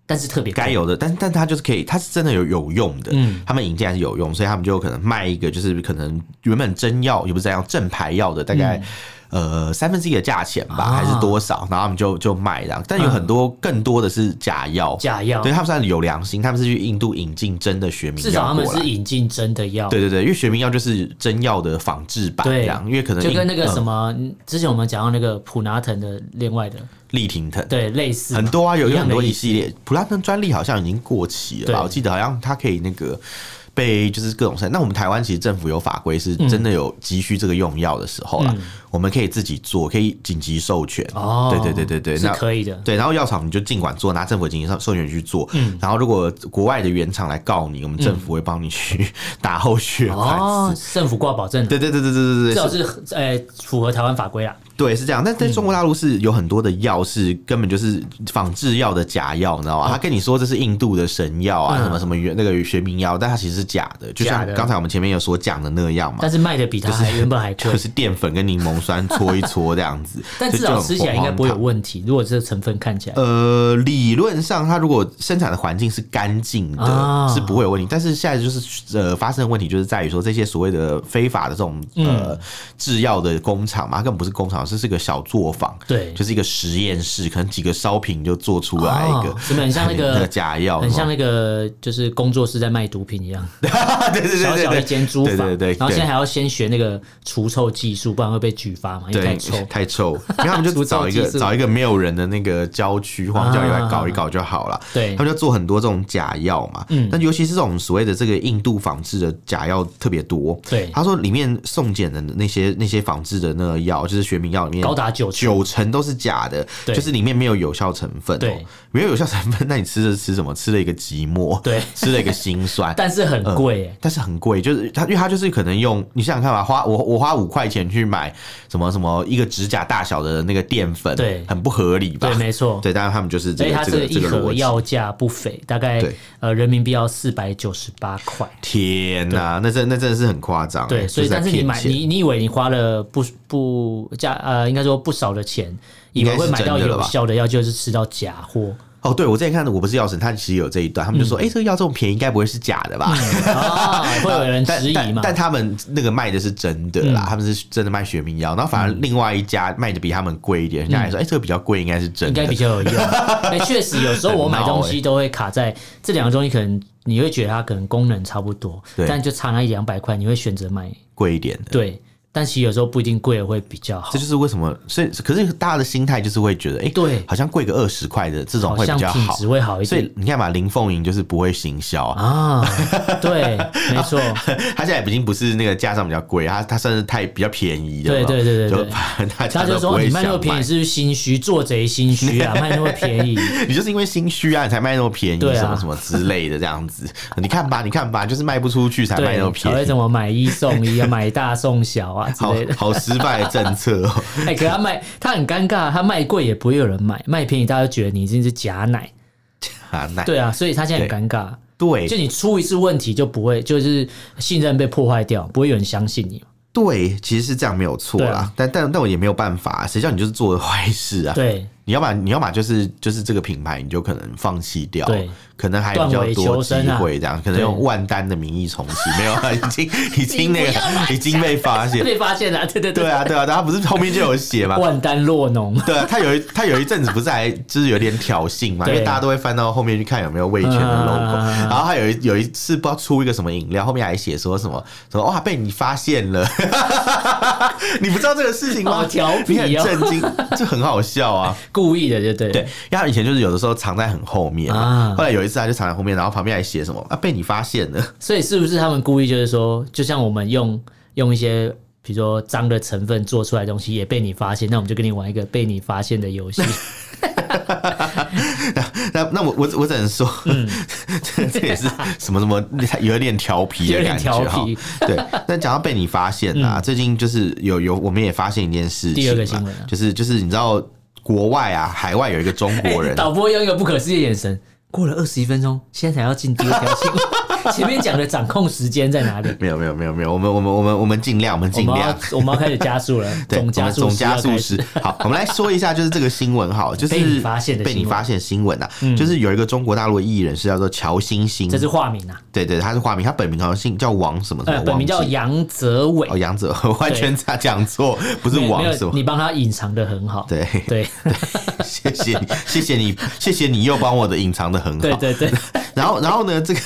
Speaker 2: 但是特别
Speaker 1: 该
Speaker 2: 贵
Speaker 1: 有的，但但它就是可以，它是真的有有用的，
Speaker 2: 嗯
Speaker 1: 他们引进来是有用，所以他们就可能卖一个，就是可能原本真药也不是真药，正牌药的大概、呃三分之一的价钱吧，
Speaker 2: 嗯啊嗯
Speaker 1: 还是多少，然后他们就就卖这样，但有很多、更多的是假药，
Speaker 2: 假药
Speaker 1: 对，他们算是有良心，他们是去印度引进真的学名
Speaker 2: 至少
Speaker 1: 药
Speaker 2: 他们
Speaker 1: 过
Speaker 2: 是
Speaker 1: 来。
Speaker 2: 引进真的药，
Speaker 1: 对对对，因为学名药就是真药的仿制版
Speaker 2: 对
Speaker 1: 这样，因为可能
Speaker 2: 就跟
Speaker 1: 印
Speaker 2: 那个
Speaker 1: 嗯
Speaker 2: 什么，之前我们讲到那个普拿疼的另外的，
Speaker 1: 利廷腾，
Speaker 2: 对，类似嘛
Speaker 1: 很多啊，有
Speaker 2: 一
Speaker 1: 有
Speaker 2: 样
Speaker 1: 很
Speaker 2: 的
Speaker 1: 多
Speaker 2: 意
Speaker 1: 一
Speaker 2: 思
Speaker 1: 系列普拉登专利好像已经过期了吧？
Speaker 2: 对
Speaker 1: 我记得好像它可以那个被就是各种申。那我们台湾其实政府有法规，
Speaker 2: 嗯
Speaker 1: 是真的有急需这个用药的时候啦，我们可以自己做，可以紧急授权。
Speaker 2: 哦，
Speaker 1: 对对对对对，
Speaker 2: 是
Speaker 1: 那。
Speaker 2: 可以的，
Speaker 1: 对，然后药厂你就尽管做，拿政府的紧急授授权去做。
Speaker 2: 嗯
Speaker 1: 然后如果国外的原厂来告你，我们政府会帮你去 打后续的官司。
Speaker 2: 哦，政府挂保证的，
Speaker 1: 对对对对对对对，
Speaker 2: 至少是呃符合台湾法规啦，
Speaker 1: 对，是这样。但
Speaker 2: 嗯
Speaker 1: 在中国大陆是有很多的药是根本就是仿制药的假药，你知道吗？他跟你说这是印度的神药啊，
Speaker 2: 哦嗯
Speaker 1: 什么什么原那个学名药，但它其实是假的，就
Speaker 2: 假
Speaker 1: 像
Speaker 2: 的
Speaker 1: 刚才我们前面有所讲的那样嘛
Speaker 2: 但。是卖的比它还原本还贵，
Speaker 1: 就，是淀粉跟柠檬酸搓一搓这样子
Speaker 2: 但
Speaker 1: 就
Speaker 2: 至少
Speaker 1: 就很
Speaker 2: 吃起来应该不会有
Speaker 1: 荒唐。
Speaker 2: 问题，如果这成分看起来，
Speaker 1: 呃，理论上它如果生产的环境是干净的，
Speaker 2: 啊
Speaker 1: 是不会有问题。但是现在就是呃发生的问题就是在于说这些所谓的非法的这种
Speaker 2: 嗯
Speaker 1: 呃制药的工厂嘛，它根本不是工厂，是是个小作坊。
Speaker 2: 对，
Speaker 1: 就是一个实验室，可能几个烧瓶就做出来一
Speaker 2: 哦
Speaker 1: 个，
Speaker 2: 是不是很像那个
Speaker 1: 那假药，
Speaker 2: 很像
Speaker 1: 那
Speaker 2: 那个就是工作室在卖毒品一样，
Speaker 1: 对对
Speaker 2: 小
Speaker 1: 对
Speaker 2: 小
Speaker 1: 对
Speaker 2: 一
Speaker 1: 对。
Speaker 2: 间租房，
Speaker 1: 对对对
Speaker 2: 然后现在还要先学那个除臭技术，不然会被举发嘛，因为太
Speaker 1: 对
Speaker 2: 臭，。
Speaker 1: 太 臭，然后他们就
Speaker 2: 除臭
Speaker 1: 找一
Speaker 2: 技
Speaker 1: 个
Speaker 2: 术
Speaker 1: 找一个没有人的那个郊区荒郊野外
Speaker 2: 啊
Speaker 1: 搞一搞就好了。
Speaker 2: 对
Speaker 1: 他们就做很多这种假药嘛，嗯，但尤其是这种所谓的这个印度仿制的假药特别多。
Speaker 2: 对
Speaker 1: 他说里面送检的那些那些仿制的那个药，就是学名药里面
Speaker 2: 高达九成
Speaker 1: 九成都是假的，
Speaker 2: 对
Speaker 1: 就是里面没有有效成分、哦，
Speaker 2: 对，
Speaker 1: 没有有效成分，那你吃的吃什么？吃了一个寂寞，
Speaker 2: 对，
Speaker 1: 吃了一个心 酸，
Speaker 2: 但是很
Speaker 1: 嗯
Speaker 2: 贵欸耶、
Speaker 1: 但是很贵，就是它，因为它就是可能用你想想看吧，花我我花五块钱去买什么什么一个指甲大小的那个淀粉，
Speaker 2: 对
Speaker 1: 很不合理吧？
Speaker 2: 对，没错。
Speaker 1: 对，但是他们就是
Speaker 2: 所
Speaker 1: 这
Speaker 2: 以
Speaker 1: 个
Speaker 2: 它
Speaker 1: 这
Speaker 2: 这个
Speaker 1: 个这
Speaker 2: 一
Speaker 1: 个
Speaker 2: 盒
Speaker 1: 逻辑。
Speaker 2: 药价不菲，大概
Speaker 1: 对
Speaker 2: 呃人民币要四百九十八块。
Speaker 1: 天呐、那真那真的是很夸张欸，
Speaker 2: 对，所以
Speaker 1: 就在
Speaker 2: 但是你
Speaker 1: 骗
Speaker 2: 买
Speaker 1: 钱
Speaker 2: 你你以为你花了不不价呃应该说不少的钱，以
Speaker 1: 应该
Speaker 2: 为
Speaker 1: 是
Speaker 2: 会买到
Speaker 1: 真的了
Speaker 2: 有
Speaker 1: 吧
Speaker 2: 效的药，就是吃到假货。
Speaker 1: 哦，对我之前看的我不是药神，它其实有这一段，他们就
Speaker 2: 嗯
Speaker 1: 说，哎、这个药这么便宜，应该不会是假的吧？
Speaker 2: 啊，会有人
Speaker 1: 但
Speaker 2: 质疑
Speaker 1: 但
Speaker 2: 嘛？
Speaker 1: 但他们那个卖的是真的啦，
Speaker 2: 嗯
Speaker 1: 他们是真的卖学名药，然后反而另外一家卖的比他们贵一点，人家还说，哎、这个比较贵，应该是真
Speaker 2: 嗯应
Speaker 1: 的
Speaker 2: 该。比较 有用。哎、确实有时候我买东
Speaker 1: 欸
Speaker 2: 西都会卡在这两个东西，可能你会觉得它可能功能差不多，
Speaker 1: 对
Speaker 2: 但就差那一两百块，你会选择买
Speaker 1: 贵一点的，
Speaker 2: 对。但其实有时候不一定贵的会比较好
Speaker 1: 这，就是为什么，所以可是大家的心态就是会觉得，哎、
Speaker 2: 对
Speaker 1: 好像贵个二十块的这种
Speaker 2: 好
Speaker 1: 会比
Speaker 2: 像
Speaker 1: 较
Speaker 2: 品
Speaker 1: 好
Speaker 2: 质。会好一
Speaker 1: 所
Speaker 2: 点
Speaker 1: 以你看嘛，林凤营就是不会行销啊，
Speaker 2: 啊。 对，没错，
Speaker 1: 它现在已经不是那个价上比较贵，它它算是太比较便宜的
Speaker 2: 对
Speaker 1: 了，
Speaker 2: 对对对
Speaker 1: 就
Speaker 2: 对
Speaker 1: 反正大
Speaker 2: 他
Speaker 1: 家
Speaker 2: 就
Speaker 1: 都不
Speaker 2: 说
Speaker 1: 会
Speaker 2: 你卖那么
Speaker 1: 想
Speaker 2: 便宜
Speaker 1: 买。
Speaker 2: 是不是心虚，做贼 心虚啊，卖那么便宜。
Speaker 1: 你就是因为心虚啊，你才卖那么便宜，
Speaker 2: 对啊
Speaker 1: 什么什么之类的这样子。 你看吧，你看吧，就是卖不出去才卖那么
Speaker 2: 对，才
Speaker 1: 便
Speaker 2: 会
Speaker 1: 宜，
Speaker 2: 怎么买一送一啊，买大送小啊 之
Speaker 1: 好
Speaker 2: 类的。
Speaker 1: 好失败的政策 哦。
Speaker 2: 哎、可他卖，他很尴尬，啊他卖贵也不会有人买，卖便宜大家就觉得你已经是假奶。
Speaker 1: 啊，那
Speaker 2: 对啊，所以他现在很尴尬。啊
Speaker 1: 对
Speaker 2: 就你出一次问题就不会，就是信任被破坏掉，不会有人相信你。
Speaker 1: 对，其实是这样没有错
Speaker 2: 对
Speaker 1: 啦
Speaker 2: 啊。
Speaker 1: 但但但我也没有办法，啊谁叫你就是做了坏事啊？
Speaker 2: 对，
Speaker 1: 你要把你要把就是就是这个品牌，你就可能放弃掉
Speaker 2: 对，
Speaker 1: 可能还比较
Speaker 2: 断尾
Speaker 1: 多
Speaker 2: 求
Speaker 1: 机
Speaker 2: 生啊
Speaker 1: 会这样，可能用
Speaker 2: 对
Speaker 1: 万丹的名义重启，没有 啊，已经已经那个已经被发现，
Speaker 2: 被发现了、对对
Speaker 1: 对啊对啊，他不是后面就有写嘛。
Speaker 2: 万丹落农。
Speaker 1: 对啊，他有一他有一阵子不是还就是有点挑衅嘛，因
Speaker 2: 对
Speaker 1: 为大家都会翻到后面去看有没有味全的 logo，、
Speaker 2: 啊
Speaker 1: 然后他有一有一次不知道出一个什么饮料，后面还写说什么什么哇哦被你发现 了，你不知道这个事情吗
Speaker 2: 好？调皮
Speaker 1: 你很
Speaker 2: 哦
Speaker 1: 震惊，这很好笑啊。
Speaker 2: 故意的，对对
Speaker 1: 对，因为他以前就是有的时候藏在很后面嘛，
Speaker 2: 啊
Speaker 1: 后来有一次他就藏在后面，然后旁边还写什么啊被你发现了，
Speaker 2: 所以是不是他们故意就是说，就像我们用用一些比如说脏的成分做出来的东西也被你发现，那我们就跟你玩一个被你发现的游戏。
Speaker 1: 那那我我我只能说，
Speaker 2: 嗯
Speaker 1: 这这也是什么什么有点调皮的感觉
Speaker 2: 有点
Speaker 1: 哈
Speaker 2: 调皮。嗯
Speaker 1: 对，那讲到被你发现啊，最近就是有有我们也发现一件事情嘛，
Speaker 2: 第二个新闻啊
Speaker 1: 就是就是你知道国外啊，海外有一个中国 人，
Speaker 2: 导播用一个不可思议的眼神，过了二十一分钟，现在才要进第二条新闻。 前面讲的掌控时间在哪里？
Speaker 1: 没有没有没有没有，我们我们我们我们尽量我们
Speaker 2: 我
Speaker 1: 尽
Speaker 2: 们
Speaker 1: 量
Speaker 2: 要。我们要开始加速了，
Speaker 1: 对，我
Speaker 2: 总
Speaker 1: 们
Speaker 2: 加速
Speaker 1: 总
Speaker 2: 时要
Speaker 1: 加速
Speaker 2: 开
Speaker 1: 师
Speaker 2: 始。
Speaker 1: 好，我们来说一下，就是这个新闻，好，就是
Speaker 2: 被你发现的
Speaker 1: 被你
Speaker 2: 新闻嗯
Speaker 1: 发现新闻啊，就是有一个中国大陆的艺人是叫做乔欣欣，
Speaker 2: 这是化名啊，
Speaker 1: 对对，他是化名，他本名好像姓叫王什么什么
Speaker 2: 呃，，本
Speaker 1: 忘
Speaker 2: 名叫
Speaker 1: 记
Speaker 2: 杨泽伟
Speaker 1: 哦，，杨泽， 完全差讲错，不是
Speaker 2: 没有
Speaker 1: 王
Speaker 2: 没
Speaker 1: 是
Speaker 2: 有
Speaker 1: 吗？
Speaker 2: 你帮他隐藏的很好。
Speaker 1: 对，
Speaker 2: 对
Speaker 1: 谢谢你，谢谢你，谢谢你又帮我的隐藏的很
Speaker 2: 对
Speaker 1: 好。
Speaker 2: 对对
Speaker 1: 然后，然后呢，这个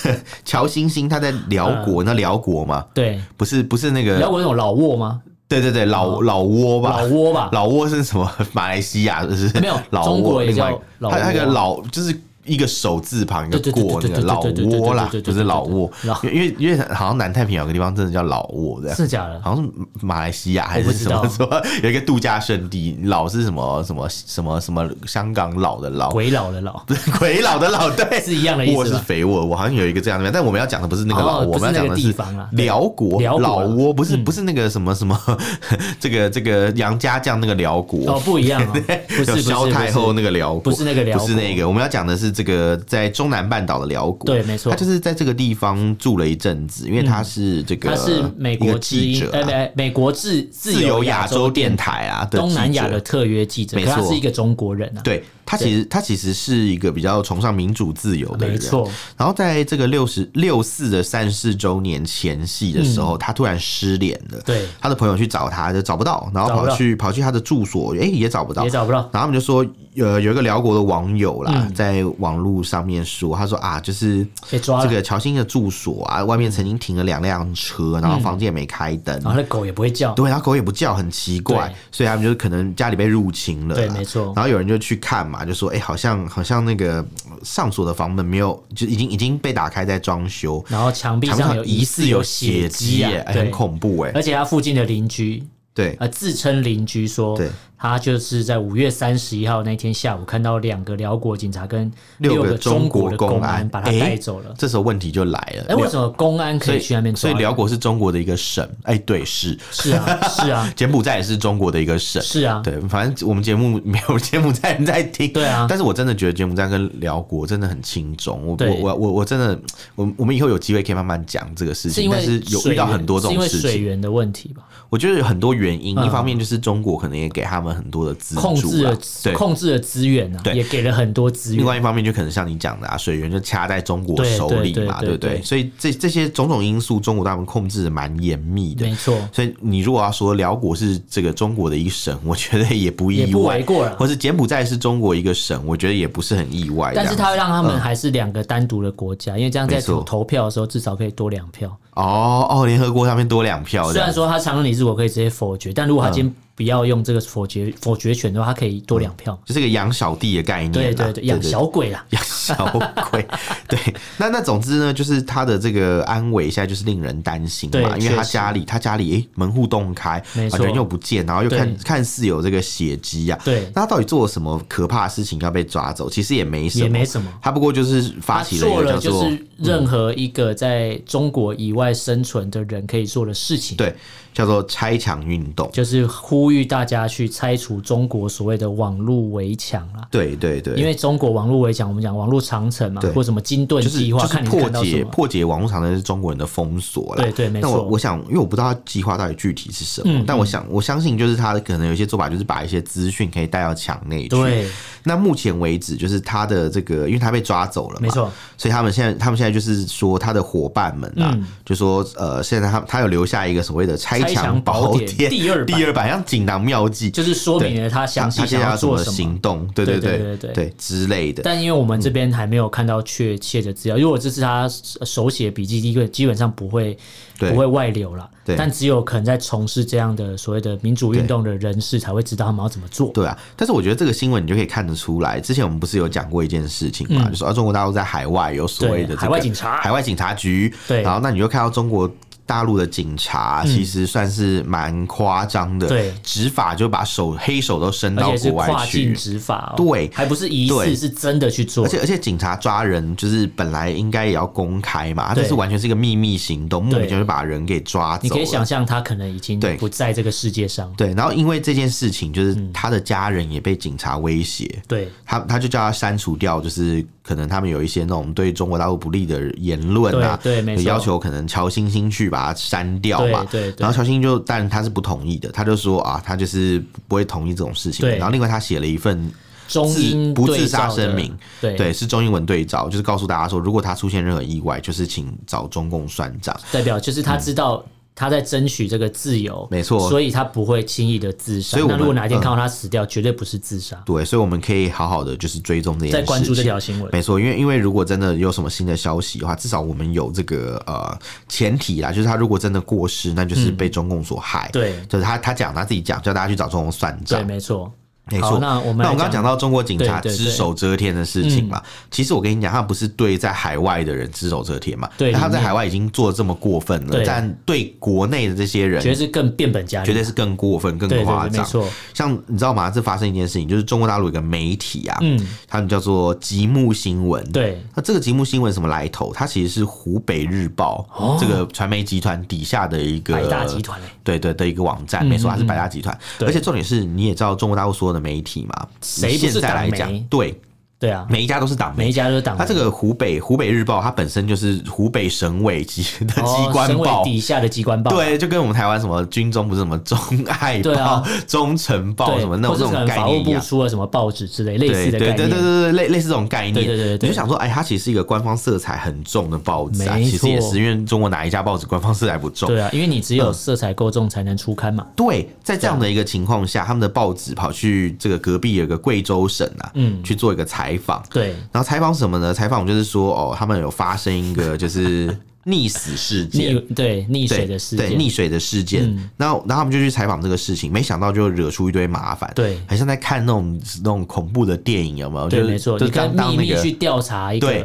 Speaker 1: 乔欣欣她在辽
Speaker 2: 嗯
Speaker 1: 国，那辽国嘛，
Speaker 2: 对，
Speaker 1: 不是不是那
Speaker 2: 你要
Speaker 1: 个，
Speaker 2: 我那种老挝吗？
Speaker 1: 对对对，老老挝吧
Speaker 2: 哦老，挝吧，
Speaker 1: 老挝是什么？马来西亚是不是？
Speaker 2: 没有
Speaker 1: 老
Speaker 2: 中
Speaker 1: 挝
Speaker 2: 国也
Speaker 1: 另外
Speaker 2: 叫老挝
Speaker 1: 它那个老就是。一个手字旁，一个
Speaker 2: 对对对
Speaker 1: 过，那
Speaker 2: 对对
Speaker 1: 个
Speaker 2: 对
Speaker 1: 老
Speaker 2: 对对对
Speaker 1: 挝啦
Speaker 2: 对，对
Speaker 1: 不
Speaker 2: 对
Speaker 1: 是
Speaker 2: 对
Speaker 1: 老挝
Speaker 2: 对老，
Speaker 1: 因为因为因为好像南太平洋有个地方真的叫老挝，这样
Speaker 2: 是假的。
Speaker 1: 好像是马来西亚还是什
Speaker 2: 我
Speaker 1: 么
Speaker 2: 不
Speaker 1: 什么，有一个度假胜地，老是什么什么什么什么香港老的老，
Speaker 2: 鬼佬的佬
Speaker 1: 鬼老的老，对，
Speaker 2: 是一样的意
Speaker 1: 我
Speaker 2: 思
Speaker 1: 是
Speaker 2: 吧？
Speaker 1: 肥沃，我好像有一个这样的名，但我们要讲的不是那个老挝，
Speaker 2: 哦不
Speaker 1: 我
Speaker 2: 是
Speaker 1: 们要讲的
Speaker 2: 那个
Speaker 1: 是
Speaker 2: 地方啊啦对
Speaker 1: 辽国
Speaker 2: 辽国嗯
Speaker 1: 老挝，不是不是那个什么什么 这个这个杨家将那个辽
Speaker 2: 哦，
Speaker 1: 国。
Speaker 2: 不一样 哦，不是
Speaker 1: 有
Speaker 2: 不是
Speaker 1: 萧太后
Speaker 2: 不
Speaker 1: 那个辽国，
Speaker 2: 不是那个辽
Speaker 1: 不是
Speaker 2: 国
Speaker 1: 那个，我们要讲的是这个在中南半岛的辽国。
Speaker 2: 对没错
Speaker 1: 他就是在这个地方住了一阵子，因为他是这
Speaker 2: 是，
Speaker 1: 个
Speaker 2: 嗯他是美
Speaker 1: 一
Speaker 2: 国
Speaker 1: 个
Speaker 2: 之
Speaker 1: 记
Speaker 2: 音
Speaker 1: 者，啊
Speaker 2: 哎，美美国自自
Speaker 1: 自由
Speaker 2: 由
Speaker 1: 亚洲
Speaker 2: 洲
Speaker 1: 电台啊，的
Speaker 2: 东南亚
Speaker 1: 记者
Speaker 2: 的特约记者，
Speaker 1: 没
Speaker 2: 可他
Speaker 1: 错
Speaker 2: 是一个中国人啊，
Speaker 1: 对他其实他其实是一个比较崇尚民主自由的人，
Speaker 2: 没错。
Speaker 1: 然后在这个六十六四的三十四周年前夕的时候，他突然失联了。
Speaker 2: 嗯对
Speaker 1: 他的朋友去找他，就找不到，然后
Speaker 2: 找不
Speaker 1: 跑
Speaker 2: 到
Speaker 1: 去跑去他的住所，哎、也找不到
Speaker 2: 也。找不到。
Speaker 1: 然后他们就说，呃，有一个辽国的网友啦，在网络上面说，他说啊，就是
Speaker 2: 被抓了
Speaker 1: 这个乔欣的住所啊，外面曾经停了两辆车，
Speaker 2: 嗯
Speaker 1: 然后房间也没开灯，
Speaker 2: 然后那狗也不会叫，
Speaker 1: 对，然后狗也不叫，很奇怪
Speaker 2: 对，
Speaker 1: 所以他们就是可能家里被入侵了啦，
Speaker 2: 对没错
Speaker 1: 然后有人就去看嘛，就说，哎、好像好像那个嗯上锁的房门没有，就已经已经被打开在装修，
Speaker 2: 然后墙壁
Speaker 1: 墙
Speaker 2: 上有
Speaker 1: 上
Speaker 2: 疑
Speaker 1: 似
Speaker 2: 似
Speaker 1: 有
Speaker 2: 有
Speaker 1: 血
Speaker 2: 迹
Speaker 1: 耶
Speaker 2: 啊，
Speaker 1: 哎
Speaker 2: 对
Speaker 1: 很恐怖哎、
Speaker 2: 而且他附近的邻居，
Speaker 1: 对。
Speaker 2: 呃，自称邻居说
Speaker 1: 对，
Speaker 2: 他就是在五月三十一号那天下午看到两个辽国警察跟
Speaker 1: 六个
Speaker 2: 个
Speaker 1: 中
Speaker 2: 中
Speaker 1: 国
Speaker 2: 国的
Speaker 1: 公
Speaker 2: 公
Speaker 1: 安
Speaker 2: 安把他
Speaker 1: 哎
Speaker 2: 带走了。
Speaker 1: 这时候问题就来了，
Speaker 2: 哎，
Speaker 1: 辽
Speaker 2: 为什么公安可
Speaker 1: 所
Speaker 2: 以去那边抓
Speaker 1: 所以
Speaker 2: 人？
Speaker 1: 辽国是中国的一个省，哎、对，是
Speaker 2: 是啊，是 啊，
Speaker 1: 柬埔寨也是中国的一个省，
Speaker 2: 是啊，
Speaker 1: 对，反正我们节目没有柬埔寨人在听，
Speaker 2: 对啊
Speaker 1: 但是我真的觉得柬埔寨跟辽国真的很轻重，我我
Speaker 2: 对
Speaker 1: 我我我真的，我我们以后有机会可以慢慢讲这个事
Speaker 2: 是
Speaker 1: 情，
Speaker 2: 因
Speaker 1: 但
Speaker 2: 为
Speaker 1: 是有
Speaker 2: 水
Speaker 1: 遇到
Speaker 2: 源
Speaker 1: 很多这
Speaker 2: 是因
Speaker 1: 种
Speaker 2: 为
Speaker 1: 事
Speaker 2: 水
Speaker 1: 情，
Speaker 2: 源的问题吧？
Speaker 1: 我觉得有很多原因，
Speaker 2: 嗯
Speaker 1: 一方面就是中国可能也给他们很多的资助啦，啊
Speaker 2: 控制了
Speaker 1: 嗯对。
Speaker 2: 控制了资源啊，
Speaker 1: 对
Speaker 2: 也给了很多资
Speaker 1: 另
Speaker 2: 源。
Speaker 1: 外一方面，就可能像你讲的啊，水源就掐在中国
Speaker 2: 对
Speaker 1: 手
Speaker 2: 对
Speaker 1: 里
Speaker 2: 对
Speaker 1: 嘛，
Speaker 2: 对
Speaker 1: 对不对？
Speaker 2: 对
Speaker 1: 所以这这些种种因素，中国他们控制的蛮严密的
Speaker 2: 没。错，
Speaker 1: 所以你如果要说辽国是这个中国的一省，我觉得也不
Speaker 2: 也
Speaker 1: 意
Speaker 2: 不
Speaker 1: 外
Speaker 2: 为，过了。
Speaker 1: 或是柬埔寨是中国一个省，我觉得也不是很意外这
Speaker 2: 但
Speaker 1: 样。
Speaker 2: 是它会让他们还是两个单独的国家，因为这样在
Speaker 1: 嗯没错
Speaker 2: 投投票的时候至少可以多两票。
Speaker 1: 哦哦，联合国上面多两票哦这
Speaker 2: 虽
Speaker 1: 样
Speaker 2: 然
Speaker 1: 子，嗯
Speaker 2: 说他常任理事国可以直接否决，但如果他今天不要用这个否决否决权的话，他可以多两票。
Speaker 1: 就是个养小弟的概念啦。啊
Speaker 2: 对对对，养小 鬼啦。
Speaker 1: 养小 鬼，对，那那总之呢，就是他的这个安危现在就是令人担心嘛，
Speaker 2: 对
Speaker 1: 因为他
Speaker 2: 确实
Speaker 1: 家里他家里诶、门户洞开，
Speaker 2: 没
Speaker 1: 啊
Speaker 2: 错
Speaker 1: 人又不见，然后又
Speaker 2: 对
Speaker 1: 看看似有这个血迹啊，
Speaker 2: 对，
Speaker 1: 那他到底做了什么可怕的事情要被抓走？其实也没什么，
Speaker 2: 也没什么。
Speaker 1: 他不过就是发
Speaker 2: 他
Speaker 1: 起了一
Speaker 2: 做
Speaker 1: 个
Speaker 2: 了
Speaker 1: 叫
Speaker 2: 就
Speaker 1: 做、嗯
Speaker 2: 是任何一个在中国以外生存的人可以做的事情，
Speaker 1: 对叫做拆墙运动，
Speaker 2: 就是呼吁大家去拆除中国所谓的网络围墙啊啦。
Speaker 1: 对对对，
Speaker 2: 因为中国网络围墙，我们讲网络长城嘛
Speaker 1: 对，
Speaker 2: 或什么金盾
Speaker 1: 就是
Speaker 2: 计划，
Speaker 1: 就是
Speaker 2: 看你
Speaker 1: 破
Speaker 2: 看到什
Speaker 1: 解
Speaker 2: 么。
Speaker 1: 破解网络长城是中国人的封锁了。
Speaker 2: 对对没
Speaker 1: 那我
Speaker 2: 错
Speaker 1: 我想，因为我不知道他计划到底具体是什么，
Speaker 2: 嗯
Speaker 1: 但我想我相信就是他可能有一些做法，就是把一些资讯可以带到墙内去。
Speaker 2: 对，
Speaker 1: 那目前为止，就是他的这个，因为他被抓走了嘛，
Speaker 2: 没错，
Speaker 1: 所以他们现在他们现在就是说他的伙伴们啊，
Speaker 2: 嗯
Speaker 1: 就说呃，现在他他有留下一个所谓的拆
Speaker 2: 拆
Speaker 1: 墙
Speaker 2: 墙宝
Speaker 1: 典
Speaker 2: 典第二版
Speaker 1: 第二版，像锦囊妙计。
Speaker 2: 就是说明了他详细
Speaker 1: 他现
Speaker 2: 想
Speaker 1: 在要怎
Speaker 2: 做
Speaker 1: 么
Speaker 2: 什么。
Speaker 1: 行动？对对
Speaker 2: 对
Speaker 1: 对
Speaker 2: 对对
Speaker 1: 对之类的。
Speaker 2: 但因为我们这边还没有看到确切的资料，如果这是他手写笔记，第一个基本上不会
Speaker 1: 对
Speaker 2: 不会外流了。
Speaker 1: 对
Speaker 2: 但只有可能在从事这样的所谓的民主运动的人士才会知道他们要怎么做。
Speaker 1: 对啊，但是我觉得这个新闻你就可以看得出来，之前我们不是有讲过一件事情嘛，就说、啊、中国大陆在海外有所谓的、这
Speaker 2: 嗯对
Speaker 1: 个
Speaker 2: 海外警察
Speaker 1: 海外警察局，
Speaker 2: 对嗯
Speaker 1: 然后那你就看到中国。大陆的警察其实算是蛮夸张的，
Speaker 2: 对
Speaker 1: 执法就把手黑手都伸
Speaker 2: 而
Speaker 1: 到
Speaker 2: 且是
Speaker 1: 国
Speaker 2: 跨
Speaker 1: 外
Speaker 2: 境
Speaker 1: 去，
Speaker 2: 执法、哦，
Speaker 1: 对
Speaker 2: 还不是疑
Speaker 1: 对
Speaker 2: 似，是真的去做
Speaker 1: 而。且而且警察抓人就是本来应该也要公开嘛，他这
Speaker 2: 对
Speaker 1: 是完全是一个秘密行动，莫名
Speaker 2: 对
Speaker 1: 其妙就把人给抓走了。
Speaker 2: 你可以想象，他可能已经
Speaker 1: 对
Speaker 2: 不在这个世界上。
Speaker 1: 对，然后因为这件事情，就是
Speaker 2: 嗯
Speaker 1: 他的家人也被警察威胁，
Speaker 2: 对，
Speaker 1: 他他就叫他删除掉，就是可能他们有一些那种对中国大陆不利的言论啊，
Speaker 2: 对对没错
Speaker 1: 有要求可能乔欣欣去把它删掉嘛。
Speaker 2: 对对对
Speaker 1: 然后乔欣欣就，但他是不同意的，他就说啊，他就是不会同意这种事情的。
Speaker 2: 对
Speaker 1: 然后另外他写了一份
Speaker 2: 中英
Speaker 1: 不
Speaker 2: 对
Speaker 1: 自杀
Speaker 2: 照的
Speaker 1: 声明，
Speaker 2: 对
Speaker 1: 对，是中英文对照，就是告诉大家说，如果他出现任何意外，就是请找中共算账。
Speaker 2: 代表就是他知道他在争取这个自由，
Speaker 1: 嗯没错
Speaker 2: 所以他不会轻易的自杀
Speaker 1: 所以。我们
Speaker 2: 那
Speaker 1: 嗯
Speaker 2: 如果哪一天看到他死掉，绝对不是自杀。
Speaker 1: 对，所以我们可以好好的就是追踪这件事
Speaker 2: 在
Speaker 1: 情，
Speaker 2: 关注这条新闻，
Speaker 1: 没错，因为因为如果真的有什么新的消息的话，至少我们有这个呃前提啦，就是他如果真的过世，那就是被中共所害。
Speaker 2: 对
Speaker 1: 就是他他讲他自己讲，叫大家去找中共算
Speaker 2: 对，
Speaker 1: 账。
Speaker 2: 没错。
Speaker 1: 没
Speaker 2: 好
Speaker 1: 错，
Speaker 2: 那我们
Speaker 1: 那我
Speaker 2: 来
Speaker 1: 刚刚讲到中国警察
Speaker 2: 对对对嗯
Speaker 1: 只手遮天的事情嘛，其实我跟你讲，他不是对在海外的人只手遮天嘛，
Speaker 2: 对
Speaker 1: 但他
Speaker 2: 里面
Speaker 1: 在海外已经做得这么过分了，
Speaker 2: 对
Speaker 1: 但对国内的这些人
Speaker 2: 绝对是更变本加厉，
Speaker 1: 绝对是更过分、更
Speaker 2: 对对
Speaker 1: 夸
Speaker 2: 对，没
Speaker 1: 张。
Speaker 2: 错，
Speaker 1: 像你知道吗？这发生一件事情，就是中国大陆有个媒体啊，
Speaker 2: 嗯，
Speaker 1: 他们叫做极目新闻，
Speaker 2: 对，
Speaker 1: 那这个节目新闻什么来头？它其实是湖北日报、这个传媒集团底下的一个
Speaker 2: 哦百大集团嘞，欸嗯
Speaker 1: 对对的一个网站，没错，它是百大集团。
Speaker 2: 对
Speaker 1: 而且重点是，你也知道中国大陆所有的媒体嘛，
Speaker 2: 谁
Speaker 1: 你
Speaker 2: 不是
Speaker 1: 现在来
Speaker 2: 党媒
Speaker 1: 讲，对，
Speaker 2: 对啊，
Speaker 1: 每一家都是党
Speaker 2: 每一
Speaker 1: 媒。
Speaker 2: 家都是党媒，
Speaker 1: 它这个湖北湖北日报，它本身就是湖北省委级的
Speaker 2: 哦
Speaker 1: 机关
Speaker 2: 省委
Speaker 1: 报。
Speaker 2: 底下的机关报，
Speaker 1: 对，就跟我们台湾什么军中不是什么中爱报、
Speaker 2: 对啊
Speaker 1: 中诚报
Speaker 2: 对，
Speaker 1: 什么那种那
Speaker 2: 或是
Speaker 1: 种
Speaker 2: 可能
Speaker 1: 概
Speaker 2: 法务
Speaker 1: 念一
Speaker 2: 部
Speaker 1: 样，
Speaker 2: 出了什么报纸之类类似的
Speaker 1: 对
Speaker 2: 概
Speaker 1: 对对对
Speaker 2: 念，
Speaker 1: 对对，类类似这种概念。
Speaker 2: 对对对对对
Speaker 1: 你就想说，哎，它其实是一个官方色彩很重的报纸啊，
Speaker 2: 没
Speaker 1: 其实也
Speaker 2: 错
Speaker 1: 是因为中国哪一家报纸官方色彩不重。
Speaker 2: 对啊，因为你只
Speaker 1: 嗯
Speaker 2: 有色彩够重才能出刊嘛，
Speaker 1: 对，在这样的一个情况下，他们的报纸跑去这个隔壁有一个贵州省啊，
Speaker 2: 嗯
Speaker 1: 去做一个采访。
Speaker 2: 对，
Speaker 1: 然后采访什么呢？采访就是说，哦，他们有发生一个就是溺死事件
Speaker 2: 溺。对溺
Speaker 1: 对
Speaker 2: 水的事
Speaker 1: 对
Speaker 2: 件，嗯
Speaker 1: 溺水的事件，然后然后他们就去采访这个事情，没想到就惹出一堆麻烦，
Speaker 2: 对
Speaker 1: 很像在看那种那种恐怖的电影，有没有？
Speaker 2: 对，
Speaker 1: 就是
Speaker 2: 没错，
Speaker 1: 就
Speaker 2: 你
Speaker 1: 是
Speaker 2: 跟
Speaker 1: 刚当
Speaker 2: 秘
Speaker 1: 那
Speaker 2: 密
Speaker 1: 个
Speaker 2: 去调查一个，
Speaker 1: 对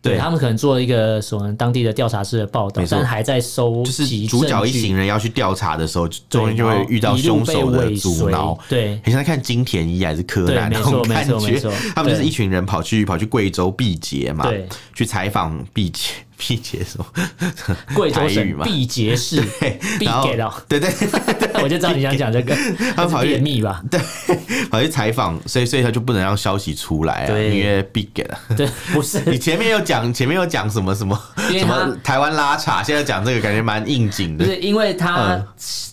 Speaker 1: 对
Speaker 2: 对他们可能做一个所能当地的调查式的报道
Speaker 1: 没，错
Speaker 2: 但还在收
Speaker 1: 就是
Speaker 2: 集
Speaker 1: 主角一
Speaker 2: 证据
Speaker 1: 行人要去调查的时候，
Speaker 2: 对
Speaker 1: 中间就会遇到凶手的阻
Speaker 2: 然
Speaker 1: 挠
Speaker 2: 后，一路被尾随对
Speaker 1: 很像在看金田一还是柯南那
Speaker 2: 对没错
Speaker 1: 种感
Speaker 2: 没错没
Speaker 1: 觉
Speaker 2: 错。
Speaker 1: 他们就是
Speaker 2: 对
Speaker 1: 一群人跑去跑去贵州毕节嘛
Speaker 2: 对，
Speaker 1: 去采访毕节。毕节什么？
Speaker 2: 贵州
Speaker 1: 台语
Speaker 2: 省
Speaker 1: 嘛
Speaker 2: 毕 节市，毕
Speaker 1: 然后
Speaker 2: 给了，
Speaker 1: 对对 对
Speaker 2: 我就知道你想讲这个，
Speaker 1: 他
Speaker 2: 它
Speaker 1: 跑
Speaker 2: 是
Speaker 1: 去
Speaker 2: 便秘吧？
Speaker 1: 对，跑去采访，所以所以他就不能让消息出来啊，
Speaker 2: 对
Speaker 1: 因为必给了。
Speaker 2: 对，不是，
Speaker 1: 你前面有讲，前面有讲什么什么
Speaker 2: 因为
Speaker 1: 什
Speaker 2: 他
Speaker 1: 么台湾拉茶，现在讲这个感觉蛮应景
Speaker 2: 不
Speaker 1: 的。
Speaker 2: 是因为他、
Speaker 1: 嗯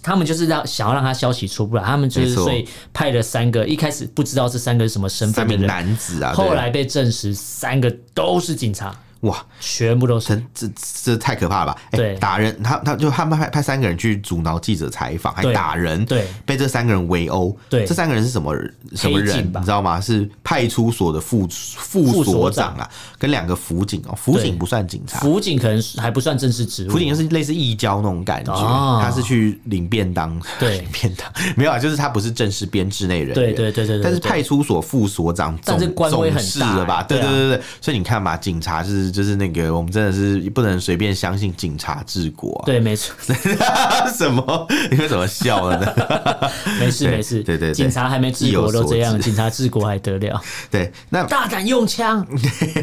Speaker 2: 他们就是让想要让他消息出不来，他们就是
Speaker 1: 没错
Speaker 2: 所以派了三个，一开始不知道这三个是什么身
Speaker 1: 三
Speaker 2: 份的
Speaker 1: 名
Speaker 2: 人，
Speaker 1: 男子啊，对
Speaker 2: 后来被证实三个都是警察，
Speaker 1: 哇，
Speaker 2: 全部都
Speaker 1: 这
Speaker 2: 是。
Speaker 1: 这这太可怕了吧！哎
Speaker 2: 对
Speaker 1: 打人，他他就他们派派三个人去阻挠记者采访，还
Speaker 2: 对
Speaker 1: 打人，
Speaker 2: 对，
Speaker 1: 被这三个人围殴。
Speaker 2: 对
Speaker 1: 这三个人是什么什么
Speaker 2: 黑
Speaker 1: 人？
Speaker 2: 警吧
Speaker 1: 你知道吗？是派出所的副副
Speaker 2: 副
Speaker 1: 所
Speaker 2: 所
Speaker 1: 长
Speaker 2: 长
Speaker 1: 啊，跟两个辅警哦，辅
Speaker 2: 对
Speaker 1: 警不算警察，
Speaker 2: 辅警可能是还不算正式职务，
Speaker 1: 辅警就是类似义交那种感觉，
Speaker 2: 哦
Speaker 1: 他是去领便当，
Speaker 2: 对
Speaker 1: 领便当没有啊，就是他不是正式编制内人员，
Speaker 2: 对对对对对对
Speaker 1: 但是派出所副所长总
Speaker 2: 但是官威很
Speaker 1: 总
Speaker 2: 大
Speaker 1: 是了吧？对
Speaker 2: 对啊
Speaker 1: 对对对，所以你看嘛，警察就是就是那个，我们真的是不能随便相信警察治国、啊，
Speaker 2: 对，没错，
Speaker 1: 什么？ 你为什么笑了呢？
Speaker 2: 没事
Speaker 1: 对
Speaker 2: 没事，
Speaker 1: 对对对
Speaker 2: 警察还没治国都
Speaker 1: 意有所
Speaker 2: 这样，
Speaker 1: 指
Speaker 2: 警察治国还得了？
Speaker 1: 对，那
Speaker 2: 大胆用枪，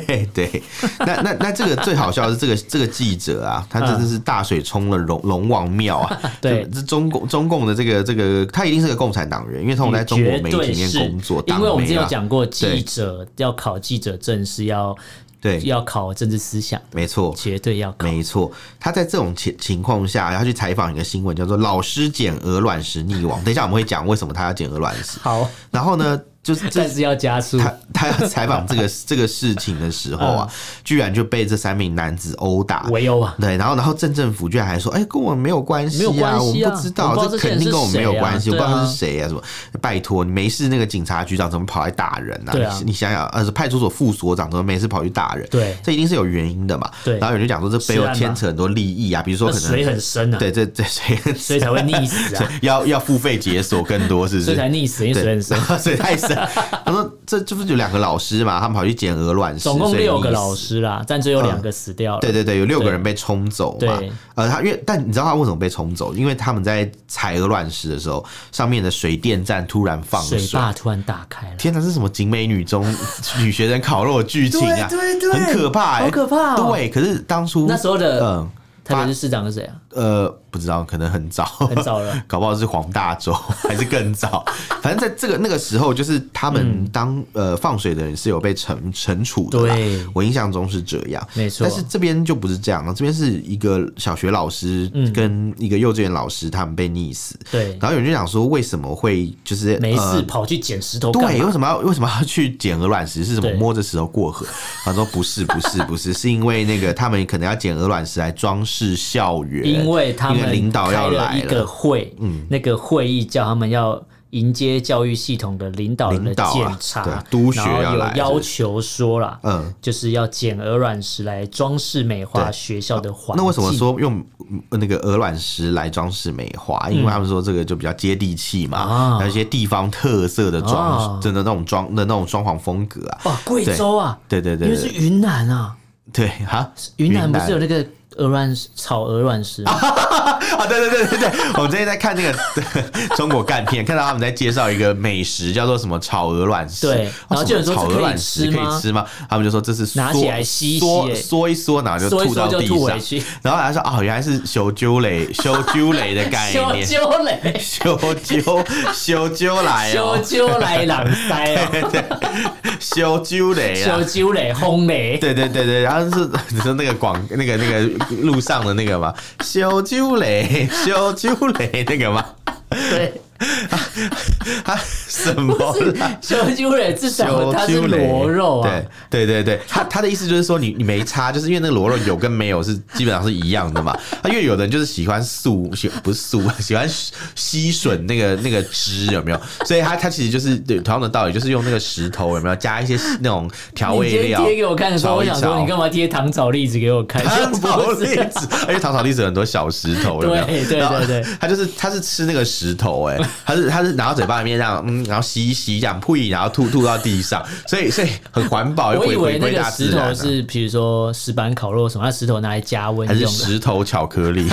Speaker 1: 对 对，那那那这个最好笑的是这个这个记者啊，他真的是大水冲了龙龙王庙 啊！
Speaker 2: 嗯对
Speaker 1: 就这中共中共的这个这个，他一定是个共产党员，因为他们在中国
Speaker 2: 绝
Speaker 1: 媒
Speaker 2: 对
Speaker 1: 体里面
Speaker 2: 是
Speaker 1: 工作，
Speaker 2: 因为我们之前有
Speaker 1: 党媒啊，
Speaker 2: 讲过，记
Speaker 1: 对
Speaker 2: 者要考记者证是要
Speaker 1: 对，
Speaker 2: 要考政治思想的，
Speaker 1: 没错。
Speaker 2: 绝对要考。
Speaker 1: 没错，他在这种情情况下，然后去采访一个新闻，叫做“老师捡鹅卵石溺亡”。等一下我们会讲为什么他要捡鹅卵石。
Speaker 2: 好，
Speaker 1: 然后呢，就是这
Speaker 2: 但是要加速，
Speaker 1: 他他要采访这个这个事情的时候啊，居然就被这三名男子殴打，
Speaker 2: 嗯围殴吧。
Speaker 1: 对，然后然后镇政府居然还说，哎、跟我没有关系、啊，
Speaker 2: 没有关系啊
Speaker 1: 我们不知
Speaker 2: 我
Speaker 1: 道，
Speaker 2: 不知道
Speaker 1: 这
Speaker 2: 这些
Speaker 1: 肯
Speaker 2: 人
Speaker 1: 定跟我们没有关系，
Speaker 2: 是
Speaker 1: 我
Speaker 2: 谁
Speaker 1: 不
Speaker 2: 啊
Speaker 1: 知道他是谁啊，什么？拜托，你没事，那个警察局长怎么跑来打人啊？
Speaker 2: 对啊
Speaker 1: 你你想想，呃，派出所副所长怎么没事跑去打人？
Speaker 2: 对
Speaker 1: 这一定是有原因的嘛。
Speaker 2: 对
Speaker 1: 然后有人就讲说，这背
Speaker 2: 是
Speaker 1: 后
Speaker 2: 啊嘛
Speaker 1: 牵扯很多利益啊，比如说
Speaker 2: 那
Speaker 1: 可
Speaker 2: 水
Speaker 1: 能
Speaker 2: 很深啊，
Speaker 1: 对这这谁
Speaker 2: 所以才会溺死啊，
Speaker 1: 要要付费解锁更多，是不
Speaker 2: 所
Speaker 1: 是
Speaker 2: 以？才溺死，因为
Speaker 1: 对
Speaker 2: 水很 深。
Speaker 1: 水太深。他说这这不是有两个老师嘛，他们跑去捡鹅卵石，
Speaker 2: 总共
Speaker 1: 所以
Speaker 2: 六个
Speaker 1: 溺死
Speaker 2: 老师啦，但只有两个死掉了。
Speaker 1: 对对对，有六个
Speaker 2: 对
Speaker 1: 人被冲走嘛
Speaker 2: 对。
Speaker 1: 呃，他因为但你知道他为什么被冲走？因为他们在采鹅卵石的时候，上面的水电站突然放水
Speaker 2: 水。坝突然打开了，
Speaker 1: 天哪，这是什么景美女中女学生烤肉的剧情啊？
Speaker 2: 对对对
Speaker 1: 很可怕、欸，
Speaker 2: 好可怕哦
Speaker 1: 对，可是当初
Speaker 2: 那时候的
Speaker 1: 嗯
Speaker 2: 台北市市长是谁啊？
Speaker 1: 呃，不知道，可能很早，很
Speaker 2: 早了，
Speaker 1: 搞不好是黄大 洲还是更早。反正在这个那个时候，就是他
Speaker 2: 嗯
Speaker 1: 们当、呃放水的人是有被惩惩处的啦。
Speaker 2: 对
Speaker 1: 我印象中是这样，
Speaker 2: 没错
Speaker 1: 但是这边就不是这样了，这边是一个小学老师跟一个幼稚园老师他们被溺死，
Speaker 2: 嗯对，
Speaker 1: 然后有人就想说为什么会就是
Speaker 2: 没
Speaker 1: 呃
Speaker 2: 事跑去捡石头干
Speaker 1: 对，
Speaker 2: 嘛？
Speaker 1: 为什么要为什么要去捡鹅卵石？是什么
Speaker 2: 对
Speaker 1: 摸着石头过河？他说不是，不是，不是，是因为那个他们可能要捡鹅卵石来装饰校园，
Speaker 2: 因为他
Speaker 1: 因
Speaker 2: 们
Speaker 1: 为领导要
Speaker 2: 开
Speaker 1: 来
Speaker 2: 了一个
Speaker 1: 了。嗯
Speaker 2: 会，那个会议叫他们要。迎接教育系统的领导人的
Speaker 1: 领导啊
Speaker 2: 检查，
Speaker 1: 对督学
Speaker 2: 然后
Speaker 1: 要
Speaker 2: 有
Speaker 1: 来是
Speaker 2: 要
Speaker 1: 不
Speaker 2: 求说啦，
Speaker 1: 嗯
Speaker 2: 就是要捡鹅卵石来装饰美化
Speaker 1: 对啊
Speaker 2: 学校的环境。
Speaker 1: 那为什么说用呃那个鹅卵石来装饰美化？因为他们说这个就比较接地气嘛
Speaker 2: 嗯啊，
Speaker 1: 还有一些地方特色的装
Speaker 2: 啊，
Speaker 1: 真的那种装的那种装潢风格啊。
Speaker 2: 哇，贵
Speaker 1: 对
Speaker 2: 州啊，
Speaker 1: 对对
Speaker 2: 因
Speaker 1: 对
Speaker 2: 为是
Speaker 1: 对
Speaker 2: 云南啊，
Speaker 1: 对哈，
Speaker 2: 云南不是有那个鹅卵石炒鹅卵石吗？
Speaker 1: 啊，对对对对对，我们之前在看那个 中国干片，看到他们在介绍一个美食，叫做什么炒鹅卵石。
Speaker 2: 对
Speaker 1: 啊
Speaker 2: 然后就有人说
Speaker 1: 什么炒
Speaker 2: 这可
Speaker 1: 鹅
Speaker 2: 以
Speaker 1: 卵石
Speaker 2: 吃
Speaker 1: 可
Speaker 2: 吗
Speaker 1: 以吃吗？他们就说这是
Speaker 2: 拿
Speaker 1: 缩
Speaker 2: 起来吸一吸
Speaker 1: 缩
Speaker 2: 欸
Speaker 1: 缩一缩，然后就
Speaker 2: 缩一
Speaker 1: 吐
Speaker 2: 缩
Speaker 1: 到
Speaker 2: 就
Speaker 1: 地
Speaker 2: 吐回
Speaker 1: 上
Speaker 2: 去。
Speaker 1: 然后他说啊，原来是修鸠蕾，修鸠蕾的概
Speaker 2: 修
Speaker 1: 念，
Speaker 2: 鸠 嘞，
Speaker 1: 修鸠修鸠来
Speaker 2: 修
Speaker 1: 哦，
Speaker 2: 鸠来朗塞 哦，
Speaker 1: 啊修鸠蕾啊
Speaker 2: 修。鸠嘞，轰嘞，
Speaker 1: 对对对对，然后是 你说那个广那个那个路上的那个嘛，修鸠蕾， 修鸠蕾那个嘛，
Speaker 2: 对，
Speaker 1: 他什么啦？
Speaker 2: 修鸠嘞，至少它是
Speaker 1: 啾啾嘞
Speaker 2: 螺肉啊。
Speaker 1: 对对对对，他他的意思就是说你，你没差，就是因为那个螺肉有跟没有是基本上是一样的嘛。 啊，因为有的人就是喜欢素，喜不是素， 喜欢吸吮那个那个汁有没有？所以他他其实就是对同样的道理，就是用那个石头有没有加一些那种调
Speaker 2: 你今
Speaker 1: 味
Speaker 2: 天
Speaker 1: 料
Speaker 2: 贴给我看的时候，
Speaker 1: 炒
Speaker 2: 我
Speaker 1: 一
Speaker 2: 想说你
Speaker 1: 炒
Speaker 2: 干。嘛贴糖炒栗子给我看？
Speaker 1: 糖炒
Speaker 2: 啊不
Speaker 1: 栗
Speaker 2: 是
Speaker 1: 子，而且糖炒栗子有很多小石头，有没有？
Speaker 2: 对对
Speaker 1: 然后
Speaker 2: 对对，
Speaker 1: 他就是他是吃那个石头、哎，他是他是拿到嘴巴里面这样，嗯，然后吸一吸这样，呸，然后吐吐到地上，所以所以很环保，又
Speaker 2: 我
Speaker 1: 回
Speaker 2: 以
Speaker 1: 回
Speaker 2: 为那
Speaker 1: 归
Speaker 2: 个
Speaker 1: 大自
Speaker 2: 石
Speaker 1: 然、
Speaker 2: 头
Speaker 1: 啊。
Speaker 2: 是，比如说石板烤肉什么，那石头拿来加温
Speaker 1: 还是
Speaker 2: 用的，
Speaker 1: 石头巧克 力，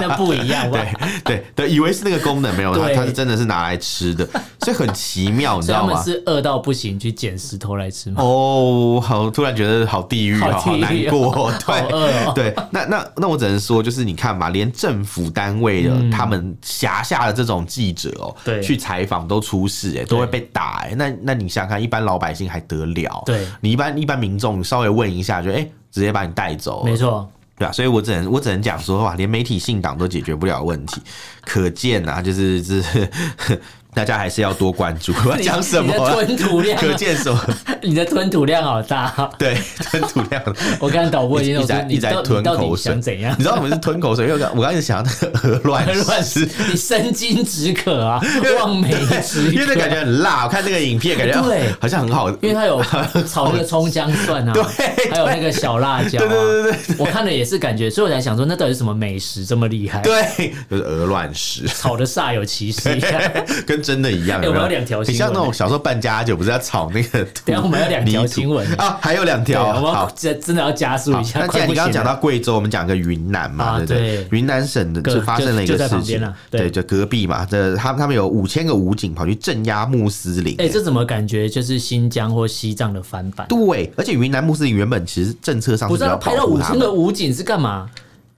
Speaker 2: 那不一样吧？
Speaker 1: 对对对，以为是那个功能没有，它
Speaker 2: 对
Speaker 1: 它是真的是拿来吃的，所以很奇妙，你知
Speaker 2: 所以他
Speaker 1: 道
Speaker 2: 们
Speaker 1: 吗？
Speaker 2: 是饿到不行去捡石头来吃吗？
Speaker 1: 哦，好，突然觉得好地狱哦，
Speaker 2: 好
Speaker 1: 好
Speaker 2: 地
Speaker 1: 难
Speaker 2: 狱
Speaker 1: 过哦，
Speaker 2: 好饿哦
Speaker 1: 对对，那那那我只能说，就是你看嘛，连政府单位的、他们辖下的这种记者哦，
Speaker 2: 嗯对
Speaker 1: 去采访都出事哎、都会被打哎、那那你想想看，一般老百姓还得了？
Speaker 2: 对
Speaker 1: 你一般一般民众稍微问一下就，哎，直接把你带走了
Speaker 2: 没错，
Speaker 1: 对啊，所以我只能我只能讲说，哇，连媒体信党都解决不了问题，可见啊，就是就是 大家还是要多关注。我要讲什么啊、
Speaker 2: 你的吞吐量啊
Speaker 1: 可见什么？
Speaker 2: 你的吞吐量好大。啊
Speaker 1: 对，吞吐量。
Speaker 2: 我刚才导播已经
Speaker 1: 一
Speaker 2: 有
Speaker 1: 直
Speaker 2: 说
Speaker 1: 在一
Speaker 2: 你
Speaker 1: 直在
Speaker 2: 到
Speaker 1: 吞
Speaker 2: 你到
Speaker 1: 口
Speaker 2: 底
Speaker 1: 水，
Speaker 2: 想 怎样
Speaker 1: 你？知道我们是吞口水，因为我刚我刚一直想到那个鹅卵石
Speaker 2: 乱吃，你生津止渴啊，望梅止渴，
Speaker 1: 因为那感觉很辣。我看那个影片，感觉
Speaker 2: 对
Speaker 1: 好像很好。
Speaker 2: 因为它有炒那个葱姜蒜 啊，
Speaker 1: 对
Speaker 2: 还有那个小辣椒、啊，
Speaker 1: 对对对
Speaker 2: 我看了也是感觉，所以我才想说，那到底是什么美食这么厉害？，
Speaker 1: 对，就是鹅卵石，
Speaker 2: 炒的煞有其事一啊样。
Speaker 1: 跟真的一样。
Speaker 2: 哎
Speaker 1: 有没有
Speaker 2: 我们有两条
Speaker 1: 你
Speaker 2: 新
Speaker 1: 像那
Speaker 2: 闻
Speaker 1: 种小时候办家酒，不是要炒那个土？
Speaker 2: 等一下我们有两条
Speaker 1: 泥土
Speaker 2: 新闻
Speaker 1: 啊，还有两
Speaker 2: 对，
Speaker 1: 条。
Speaker 2: 我们
Speaker 1: 好
Speaker 2: 要，真真的要加速
Speaker 1: 好
Speaker 2: 一下。
Speaker 1: 那既
Speaker 2: 快
Speaker 1: 然
Speaker 2: 不
Speaker 1: 你刚刚
Speaker 2: 行
Speaker 1: 讲到
Speaker 2: 了
Speaker 1: 贵州，我们讲个云南嘛，
Speaker 2: 啊
Speaker 1: 对不对
Speaker 2: 对？
Speaker 1: 云南省的
Speaker 2: 隔
Speaker 1: 就发生了一个
Speaker 2: 就就在
Speaker 1: 事
Speaker 2: 旁
Speaker 1: 情
Speaker 2: 边啊，对
Speaker 1: 对，就隔壁嘛，这他们他们有五千个武警跑去镇压穆斯林。
Speaker 2: 哎、这怎么感觉就是新疆或西藏的翻版？
Speaker 1: 对，而且云南穆斯林原本其实政策上是
Speaker 2: 不
Speaker 1: 比
Speaker 2: 知道
Speaker 1: 较保
Speaker 2: 拍到
Speaker 1: 护
Speaker 2: 五
Speaker 1: 他
Speaker 2: 千
Speaker 1: 们
Speaker 2: 个。武警是干嘛？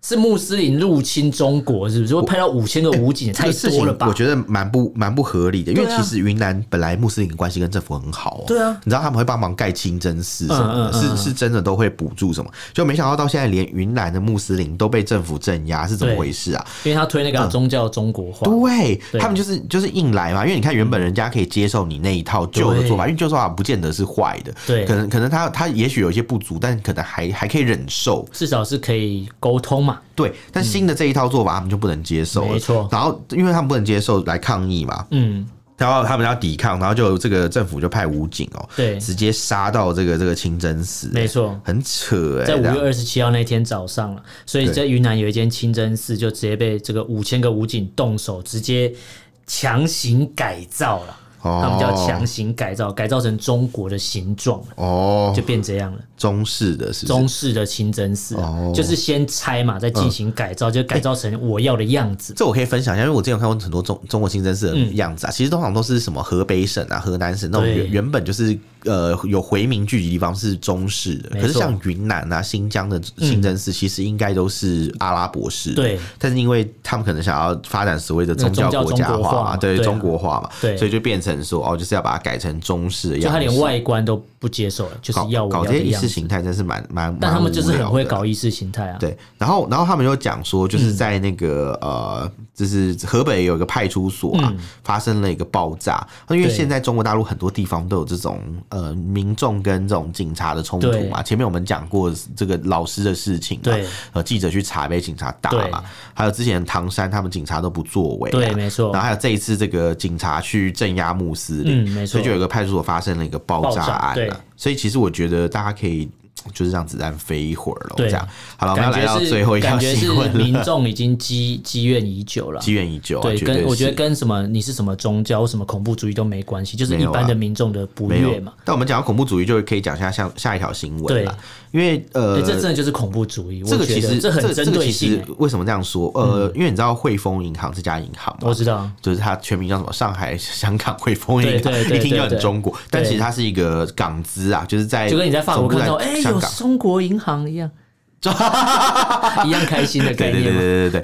Speaker 2: 是穆斯林入侵中国，是不是？会拍到五千个武警也
Speaker 1: 哎这
Speaker 2: 太
Speaker 1: 个事
Speaker 2: 多
Speaker 1: 情
Speaker 2: 了吧？
Speaker 1: 我觉得蛮不蛮不合理的，因为
Speaker 2: 对啊
Speaker 1: 其实云南本来穆斯林关系跟政府很好哦、
Speaker 2: 对啊
Speaker 1: 你知道他们会帮忙盖清真寺什么的，
Speaker 2: 嗯嗯嗯嗯
Speaker 1: 是是真的都会补助什么，就没想到到现在连云南的穆斯林都被政府镇压，是怎么
Speaker 2: 对
Speaker 1: 回事啊？
Speaker 2: 因为他推那个宗教中国化，
Speaker 1: 对
Speaker 2: 对
Speaker 1: 他们就是就是硬来嘛，因为你看原本人家可以接受你那一套旧的做法，因为旧做法不见得是坏的，
Speaker 2: 对
Speaker 1: 可能可能他他也许有一些不足，但可能还还可以忍受，
Speaker 2: 至少是可以沟通嘛。
Speaker 1: 对，但新的这一套做法他们就不能接受了，
Speaker 2: 嗯没错
Speaker 1: 然后因为他们不能接受来抗议嘛，
Speaker 2: 嗯，
Speaker 1: 然后他们要抵抗，然后就这个政府就派武警哦，
Speaker 2: 对
Speaker 1: 直接杀到这个这个清真寺，
Speaker 2: 没错。
Speaker 1: 很扯哎、
Speaker 2: 在五
Speaker 1: 这样
Speaker 2: 月二十七号那天早上了，所以
Speaker 1: 对
Speaker 2: 在云南有一间清真寺，就直接被这个五千个武警动手，直接强行改造了。
Speaker 1: 哦
Speaker 2: 他们叫强行改造，改造成中国的形状了，
Speaker 1: 哦
Speaker 2: 就，变这样了。
Speaker 1: 中式的是不是
Speaker 2: 中式的清真寺啊、
Speaker 1: 哦嗯
Speaker 2: 就是先拆嘛，再进行改造，就改造成我要的样子。
Speaker 1: 这我可以分享一下，因为我之前有看过很多中中国清真寺的样子啊，其实通常都是什么河北省啊、河南省那种
Speaker 2: 嗯对
Speaker 1: 原原本就是呃有回民聚集地方是中式的，
Speaker 2: 没错嗯
Speaker 1: 可是像云南啊、新疆的清真寺其实应该都是阿拉伯式的，
Speaker 2: 对
Speaker 1: 但是因为他们可能想要发展所谓的宗
Speaker 2: 那个
Speaker 1: 国
Speaker 2: 宗
Speaker 1: 家
Speaker 2: 教中
Speaker 1: 化
Speaker 2: 国化
Speaker 1: 嘛，
Speaker 2: 嘛
Speaker 1: 对
Speaker 2: 对啊
Speaker 1: 中国化嘛，
Speaker 2: 对
Speaker 1: 所以就变成说哦，就是要把它改成中式的
Speaker 2: 就
Speaker 1: 样
Speaker 2: 他
Speaker 1: 子，
Speaker 2: 连外观都不接受了，就是
Speaker 1: 搞
Speaker 2: 要我
Speaker 1: 搞
Speaker 2: 要
Speaker 1: 这些
Speaker 2: 的
Speaker 1: 意识
Speaker 2: 样子。
Speaker 1: 形态，真是蛮蛮，
Speaker 2: 但他们就是很会
Speaker 1: 蛮无聊的
Speaker 2: 搞意识形态啊。嗯
Speaker 1: 对，然后然后他们又讲说，就是在那个、呃，就是河北有一个派出所啊，发生了一个爆炸。因为
Speaker 2: 嗯对
Speaker 1: 现在中国大陆很多地方都有这种呃民众跟这种警察的冲突嘛。前面我们讲过这个老师的事情、啊，
Speaker 2: 对，
Speaker 1: 呃，记者去查被警察打
Speaker 2: 对
Speaker 1: 嘛，还有之前唐山他们警察都不作为、啊，
Speaker 2: 对没错
Speaker 1: 然后还有这一次这个警察去镇压穆斯林，
Speaker 2: 嗯没错
Speaker 1: 所以就有一个派出所发生了一个爆
Speaker 2: 爆
Speaker 1: 炸
Speaker 2: 炸
Speaker 1: 案
Speaker 2: 对
Speaker 1: 啊。所以其实我觉得大家可以。就是让子弹飞一会儿咯，这
Speaker 2: 对
Speaker 1: 样好了，我们要
Speaker 2: 感
Speaker 1: 来到
Speaker 2: 觉是
Speaker 1: 最后一条
Speaker 2: 感觉是
Speaker 1: 新闻
Speaker 2: 民
Speaker 1: 了，
Speaker 2: 众已经积积怨已久了。
Speaker 1: 积怨已久啊，
Speaker 2: 对，
Speaker 1: 绝对
Speaker 2: 跟我觉得
Speaker 1: 是
Speaker 2: 跟什么你是什么宗教、什么恐怖主义都没关系，就是
Speaker 1: 没
Speaker 2: 一
Speaker 1: 有啊
Speaker 2: 般的民众的不
Speaker 1: 没有
Speaker 2: 悦嘛。。
Speaker 1: 但我们讲到恐怖主义，就可以讲一下下下一条新闻
Speaker 2: 对
Speaker 1: 了，因为呃
Speaker 2: 对，，这真的就是恐怖主义。
Speaker 1: 这
Speaker 2: 我
Speaker 1: 个
Speaker 2: 觉
Speaker 1: 其
Speaker 2: 得
Speaker 1: 实
Speaker 2: 这很
Speaker 1: 这
Speaker 2: 针
Speaker 1: 个
Speaker 2: 对
Speaker 1: 其
Speaker 2: 性
Speaker 1: 实
Speaker 2: 欸。嗯
Speaker 1: 为什么这样说？呃，因为你知道汇丰银行这家银行嘛
Speaker 2: 我，知道，
Speaker 1: 就是它全名叫什么？上海 香港汇丰银行
Speaker 2: 对对，对
Speaker 1: 一听就
Speaker 2: 对
Speaker 1: 很
Speaker 2: 对
Speaker 1: 中国，但其实它是一个港资啊，就是在
Speaker 2: 就跟你在法国
Speaker 1: 总部
Speaker 2: 看到，哎，
Speaker 1: 香
Speaker 2: 有
Speaker 1: 港。
Speaker 2: 中国银行一样，一样开心的概
Speaker 1: 对对
Speaker 2: 念
Speaker 1: 对
Speaker 2: 嘛。
Speaker 1: 对对对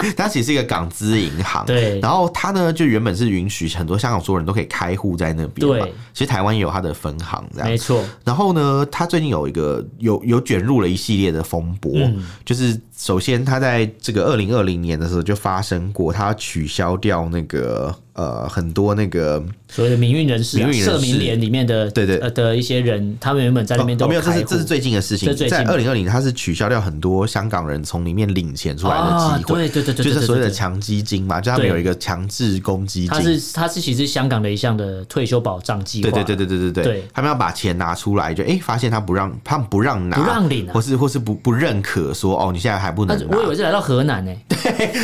Speaker 1: 对， 它其实是一个港资银行。
Speaker 2: 对
Speaker 1: 然后它呢，就原本是允许很多香港所有人都可以开户在那边嘛
Speaker 2: 对。
Speaker 1: 其实台湾也有它的分行这样
Speaker 2: 没。错，
Speaker 1: 然后呢，他最近有一个有有卷入了一系列的风波，
Speaker 2: 嗯
Speaker 1: 就是首先他在这个二零二零年的时候就发生过，他取消掉那个呃很多那个
Speaker 2: 所谓的民运人士、啊、
Speaker 1: 民运人士
Speaker 2: 社民联里面的
Speaker 1: 对对
Speaker 2: 呃的一些人，他们原本在那边都
Speaker 1: 哦、没有，这
Speaker 2: 开
Speaker 1: 是
Speaker 2: 户
Speaker 1: 这是最近的事情
Speaker 2: 这是，最近
Speaker 1: 在
Speaker 2: 的
Speaker 1: 二零二零他是取消掉很多香港人从里面领钱出来的
Speaker 2: 啊
Speaker 1: 机会，
Speaker 2: 对对对对对
Speaker 1: 就是所谓的
Speaker 2: 对对对
Speaker 1: 强基金嘛，就他们
Speaker 2: 对
Speaker 1: 有一个强制公积
Speaker 2: 他
Speaker 1: 金。
Speaker 2: 是他是其实香港的一项的退休保障计划，
Speaker 1: 对对对对对对
Speaker 2: 对
Speaker 1: 他们要把钱拿出来，就哎、发现他不让，他们不让拿，
Speaker 2: 不让领啊啊
Speaker 1: 或是或是不不认可说哦，你现在还不能
Speaker 2: 他
Speaker 1: 拿。
Speaker 2: 欸我以为是来到河南呢、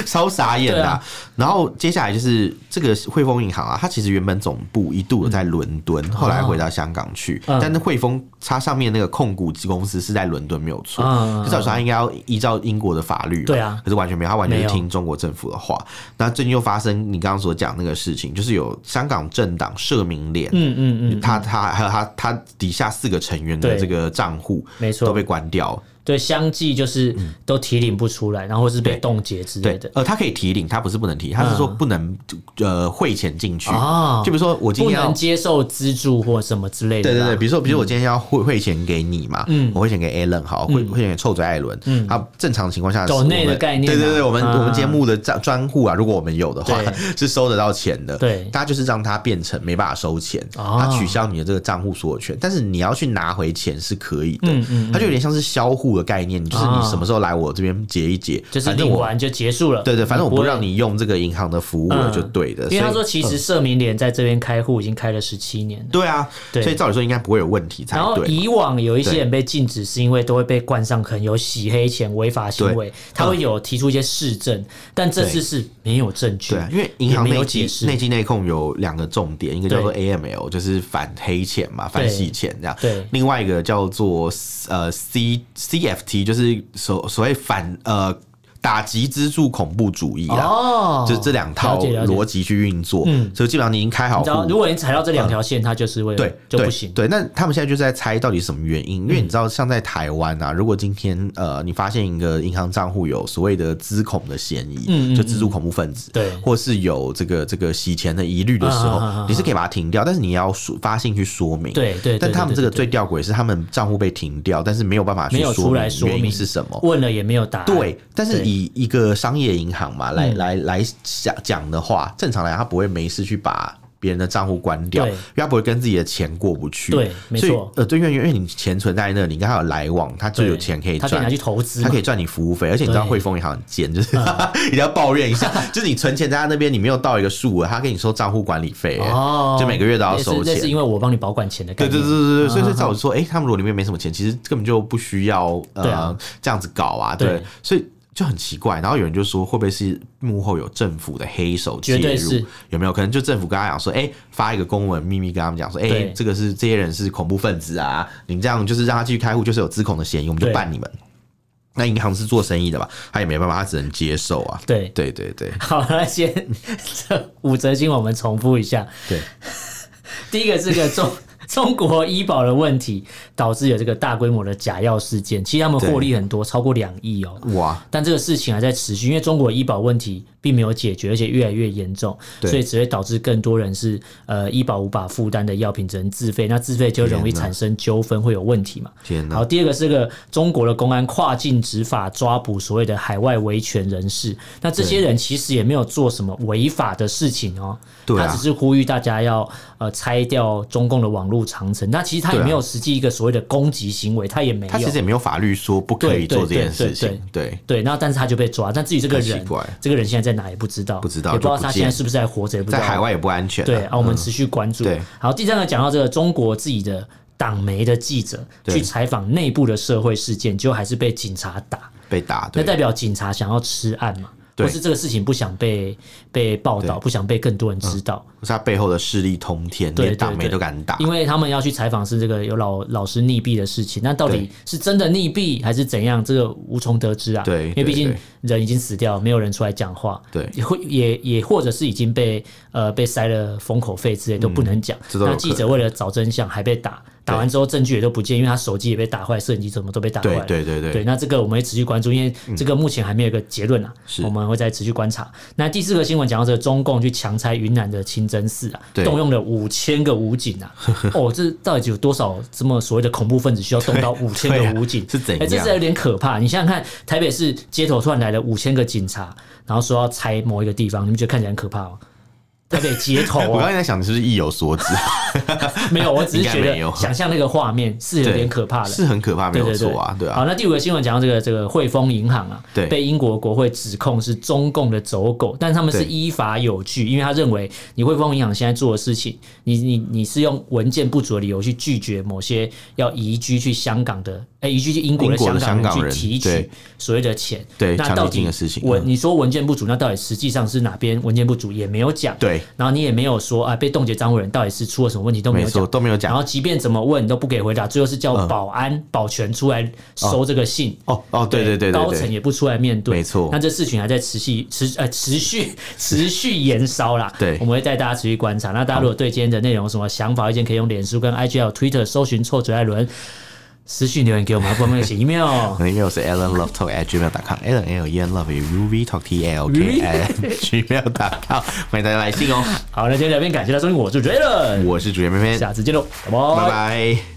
Speaker 1: 超傻眼
Speaker 2: 对
Speaker 1: 啦、
Speaker 2: 啊
Speaker 1: 然后接下来就是这个汇丰银行啊，它其实原本总部一度有在伦敦，后来回到香港去。
Speaker 2: 哦嗯
Speaker 1: 但是汇丰它上面那个控股公司是在伦敦没有错，
Speaker 2: 嗯
Speaker 1: 就照理说它应该要依照英国的法律嘛。
Speaker 2: 对啊
Speaker 1: 可是完全没有，它完全
Speaker 2: 没
Speaker 1: 是
Speaker 2: 有
Speaker 1: 听中国政府的话。那最近又发生你刚刚所讲那个事情，就是有香港政党社民联。
Speaker 2: 嗯嗯嗯，
Speaker 1: 他他还有他他底下四个成员的
Speaker 2: 对
Speaker 1: 这个账户
Speaker 2: 没
Speaker 1: 都
Speaker 2: 错
Speaker 1: 被，关掉，
Speaker 2: 对，相继就是都提领不出来，然后是被
Speaker 1: 对
Speaker 2: 冻结之类
Speaker 1: 对
Speaker 2: 的，
Speaker 1: 呃，他可以提领，他不是不能提，他是说不能呃汇钱进去。
Speaker 2: 嗯哦
Speaker 1: 就比如说我今
Speaker 2: 不
Speaker 1: 天要
Speaker 2: 能啊接受资助或什么之类的
Speaker 1: 对
Speaker 2: 啦。
Speaker 1: 对对，比如说，比如说我今天要汇汇钱给你嘛，
Speaker 2: 嗯
Speaker 1: 我汇钱给 Alan 好，汇汇钱给臭嘴艾伦，他正常情况下是我们
Speaker 2: Donate 嗯的概念啊
Speaker 1: 对对对，我们
Speaker 2: 啊
Speaker 1: 我们节目的账专户啊，如果我们有的话
Speaker 2: 对，
Speaker 1: 是收得到钱的，
Speaker 2: 对
Speaker 1: 他就是让他变成没办法收钱，
Speaker 2: 哦
Speaker 1: 他取消你的这个账户所有权，但是你要去拿回钱是可以的
Speaker 2: 嗯嗯，
Speaker 1: 他就有点像是销户的概念，就是你
Speaker 2: 啊
Speaker 1: 什么时候来我这边结一结，
Speaker 2: 就是
Speaker 1: 反正
Speaker 2: 领
Speaker 1: 我
Speaker 2: 完就结束了。
Speaker 1: 对对，反正我
Speaker 2: 你
Speaker 1: 不
Speaker 2: 会
Speaker 1: 让。你用这个银行的服务了，
Speaker 2: 嗯
Speaker 1: 就对的。所
Speaker 2: 因为
Speaker 1: 以嗯
Speaker 2: 他说，其实社民联在这边开户已经开了十七年了。
Speaker 1: 对啊，
Speaker 2: 对
Speaker 1: 所以照理说应该不会有问题才
Speaker 2: 然后
Speaker 1: 对。
Speaker 2: 以往有一些人被禁止，是因为都会被冠上可能有洗黑钱、违法行为，他会有提出一些市政，但这次是没有证据
Speaker 1: 对啊，。因为银行
Speaker 2: 也没
Speaker 1: 内
Speaker 2: 有
Speaker 1: 基
Speaker 2: 解释
Speaker 1: 内基内控有两个重点，一个叫做
Speaker 2: 对
Speaker 1: AML，就是反黑钱嘛，反洗钱这样。
Speaker 2: 对
Speaker 1: 另外一个叫做呃 C CFT，就是所所谓反呃打击资助恐怖主义啊，
Speaker 2: 哦，
Speaker 1: 就是这两套
Speaker 2: 了解了解
Speaker 1: 逻辑去运作。
Speaker 2: 嗯
Speaker 1: 所以基本上你已经开好
Speaker 2: 你知道，
Speaker 1: 户
Speaker 2: 如，果你踩到这两条线，它就是会
Speaker 1: 对，
Speaker 2: 就
Speaker 1: 对
Speaker 2: 不行。嗯
Speaker 1: 对，那他们现在就在猜到底是什么原因，因为你知道，像在台湾啊，如果今天呃你发现一个银行账户有所谓的资恐的嫌疑，
Speaker 2: 嗯嗯
Speaker 1: 就资助恐怖分子，
Speaker 2: 对
Speaker 1: 或是有这个这个洗钱的疑虑的时候，
Speaker 2: 啊啊啊啊啊
Speaker 1: 你是可以把它停掉，但是你要说发信去说明。
Speaker 2: 对对对
Speaker 1: 但他们
Speaker 2: 对对
Speaker 1: 这个
Speaker 2: 对
Speaker 1: 最吊诡是，他们账户被停掉，但是没有办法去
Speaker 2: 没有
Speaker 1: 说
Speaker 2: 出来说
Speaker 1: 原因
Speaker 2: 明
Speaker 1: 是什么。
Speaker 2: 问了也没有答案。
Speaker 1: 对，但是
Speaker 2: 对
Speaker 1: 以一个商业银行嘛，来
Speaker 2: 嗯
Speaker 1: 来来讲讲的话，正常来讲，他不会没事去把别人的账户关掉，因
Speaker 2: 对
Speaker 1: 为他不会跟自己的钱过不去。
Speaker 2: 对没
Speaker 1: 所以
Speaker 2: 错
Speaker 1: 呃，对，因为因为你钱存在那里，你跟他有来往，他就
Speaker 2: 对
Speaker 1: 有钱可以
Speaker 2: 他可以拿
Speaker 1: 赚
Speaker 2: 去。投资
Speaker 1: 他
Speaker 2: 嘛
Speaker 1: 可。以赚你服务费，而且你知道
Speaker 2: 对嗯
Speaker 1: 汇丰银行很贱，就是 一定要抱怨一 下，就是你存钱在他那边，你没有到一个数额，他跟你收账户管理费，
Speaker 2: 哦，
Speaker 1: 就每个月都要收
Speaker 2: 这
Speaker 1: 钱
Speaker 2: 是。因为我帮你保管钱的概
Speaker 1: 对对
Speaker 2: 念。嗯
Speaker 1: 对对对，所以所以照我说，哎、他们如果里面没什么钱，其实根本就不需要呃、
Speaker 2: 对啊
Speaker 1: 这样子搞啊，对，
Speaker 2: 对
Speaker 1: 所以。就很奇怪，然后有人就说会不会是幕后有政府的黑手介
Speaker 2: 绝对
Speaker 1: 入
Speaker 2: 是？
Speaker 1: 有没有可能就政府跟他讲说，哎、发一个公文秘密跟他们讲说，哎、
Speaker 2: 对
Speaker 1: 这个是这些人是恐怖分子啊，你这样就是让他继续开户，就是有资恐的嫌疑，我们就
Speaker 2: 对
Speaker 1: 办你们。那银行是做生意的吧，他也没办法，他只能接受啊。
Speaker 2: 对
Speaker 1: 对对对
Speaker 2: 好，那先这五则经我们重复一下。
Speaker 1: 对，
Speaker 2: 第一个是个中中国医保的问题，导致有这个大规模的假药事件。其实他们获利很多，超过两亿哦。
Speaker 1: 哇，
Speaker 2: 但这个事情还在持续，因为中国医保问题并没有解决，而且越来越严重，
Speaker 1: 对
Speaker 2: 所以只会导致更多人是呃医保无法负担的药品只能自费，那自费就容易
Speaker 1: 天哪
Speaker 2: 产生纠纷，会有问题嘛？
Speaker 1: 天哪
Speaker 2: 好，！第二个是个中国的公安跨境执法抓捕所谓的海外维权人士，那这些人其实也没有做什么违法的事情哦，
Speaker 1: 对啊
Speaker 2: 他只是呼吁大家要呃拆掉中共的网络长城，那其实他也
Speaker 1: 对啊
Speaker 2: 没有实际一个所谓的攻击行为，他也没有，
Speaker 1: 他其实也没有法律说不可以
Speaker 2: 对对
Speaker 1: 做这件
Speaker 2: 对
Speaker 1: 事
Speaker 2: 对
Speaker 1: 情，对。
Speaker 2: 对，那但是他就被抓，但至于这个
Speaker 1: 很奇
Speaker 2: 人
Speaker 1: 怪，
Speaker 2: 这个人现在在哪也不知道，
Speaker 1: 不知道
Speaker 2: 也不知道
Speaker 1: 就不
Speaker 2: 他
Speaker 1: 见
Speaker 2: 现在是不是还活着，也不知
Speaker 1: 在
Speaker 2: 道
Speaker 1: 海外也不安全、啊。
Speaker 2: 对啊，我们持续关注。
Speaker 1: 对
Speaker 2: 好，第三个讲到这个中国自己的党媒的记者
Speaker 1: 对
Speaker 2: 去采访内部的社会事件，结果还是被警察打，
Speaker 1: 被打，
Speaker 2: 那
Speaker 1: 对
Speaker 2: 代表警察想要吃案嘛？
Speaker 1: 对
Speaker 2: 或是这个事情不想被被报道，不想被更多人知道，
Speaker 1: 是他背后的势力通天，
Speaker 2: 对
Speaker 1: 连党
Speaker 2: 对
Speaker 1: 媒
Speaker 2: 对
Speaker 1: 都敢打。
Speaker 2: 因为他们要去采访是这个有老老师溺毙的事情，那到
Speaker 1: 对
Speaker 2: 底是真的溺毙还是怎样？这个无从得知啊。
Speaker 1: 对
Speaker 2: 因为毕
Speaker 1: 对
Speaker 2: 竟
Speaker 1: 对
Speaker 2: 人已经死掉，没有人出来讲话。
Speaker 1: 对
Speaker 2: 也会也也或者是已经被呃被塞了封口费之类都不能讲。
Speaker 1: 嗯这都有
Speaker 2: 那记者为了找真相还被打，打完之后证据也都不见，因为他手机也被打坏，摄影机什么都被打坏
Speaker 1: 对
Speaker 2: 了。
Speaker 1: 对对对嗯
Speaker 2: 对，那这个我们会持续关注，因为这个目前还没有一个结论啊，
Speaker 1: 是
Speaker 2: 我们会再持续观察。那第四个新闻讲到这个中共去强拆云南的清真寺啊，
Speaker 1: 对
Speaker 2: 动用了五千个武警啊，哦，这到底有多少这么所谓的恐怖分子需要动到五千
Speaker 1: 对啊
Speaker 2: 个武警？
Speaker 1: 是怎
Speaker 2: 哎，这
Speaker 1: 样
Speaker 2: 是有点可怕。你想想看，台北市街头突然来了五千个警察，然后说要拆某一个地方，你们觉得看起来很可怕吗？台北街头
Speaker 1: 我刚
Speaker 2: 哦，
Speaker 1: 才在想，你是不是意有所 指？
Speaker 2: 没有，我只是觉
Speaker 1: 应该没有
Speaker 2: 得想象那个画面是有
Speaker 1: 对
Speaker 2: 点可怕的，
Speaker 1: 是很可怕，没
Speaker 2: 对
Speaker 1: 有
Speaker 2: 对对
Speaker 1: 错啊，对啊
Speaker 2: 好，。那第五个新闻讲到这个这个汇丰银行啊，
Speaker 1: 对
Speaker 2: 被英国国会指控是中共的走狗，但他们是
Speaker 1: 对
Speaker 2: 依法有据，因为他认为你汇丰银行现在做的事情，你你你是用文件不足的理由去拒绝某些要移居去香港的哎，移居去英国的
Speaker 1: 英国的
Speaker 2: 香
Speaker 1: 香港
Speaker 2: 人
Speaker 1: 人
Speaker 2: 去提取
Speaker 1: 对
Speaker 2: 所谓的钱，
Speaker 1: 对
Speaker 2: 那
Speaker 1: 强
Speaker 2: 到
Speaker 1: 力金
Speaker 2: 底
Speaker 1: 的事情
Speaker 2: 文
Speaker 1: 嗯
Speaker 2: 你说文件不足，那到底实际上是哪边文件不足也没有讲，
Speaker 1: 对，
Speaker 2: 然后你也没有说啊被冻结账户人到底是出了什么问题都没
Speaker 1: 没
Speaker 2: 有讲
Speaker 1: 错，，都没有
Speaker 2: 然
Speaker 1: 讲。
Speaker 2: 后即便怎么问你都不给回答，最后是
Speaker 1: 嗯
Speaker 2: 叫保安、保全出来收这个信。
Speaker 1: 哦哦，对对对对
Speaker 2: 高层
Speaker 1: 对，
Speaker 2: 也不出来面对，
Speaker 1: 没错
Speaker 2: 那这事情还在持续持呃持 续持续延烧啦。
Speaker 1: 对
Speaker 2: 我们会带大家持续观察。那大家如果对今天的内容有什么想法、意见，可以用脸书跟 IG 还有 Twitter 搜寻“臭嘴艾伦”，私讯留言给我们，不面写 email
Speaker 1: 我。的 email 是 alan love talk at gmail com alan l e n love u v talk t l k at gmail com，欢迎大家来信哦。
Speaker 2: 好，那今天聊天感谢大家收听，我是 j a l e n
Speaker 1: 我是主持人偏偏，
Speaker 2: 下次见喽，拜
Speaker 1: 拜拜。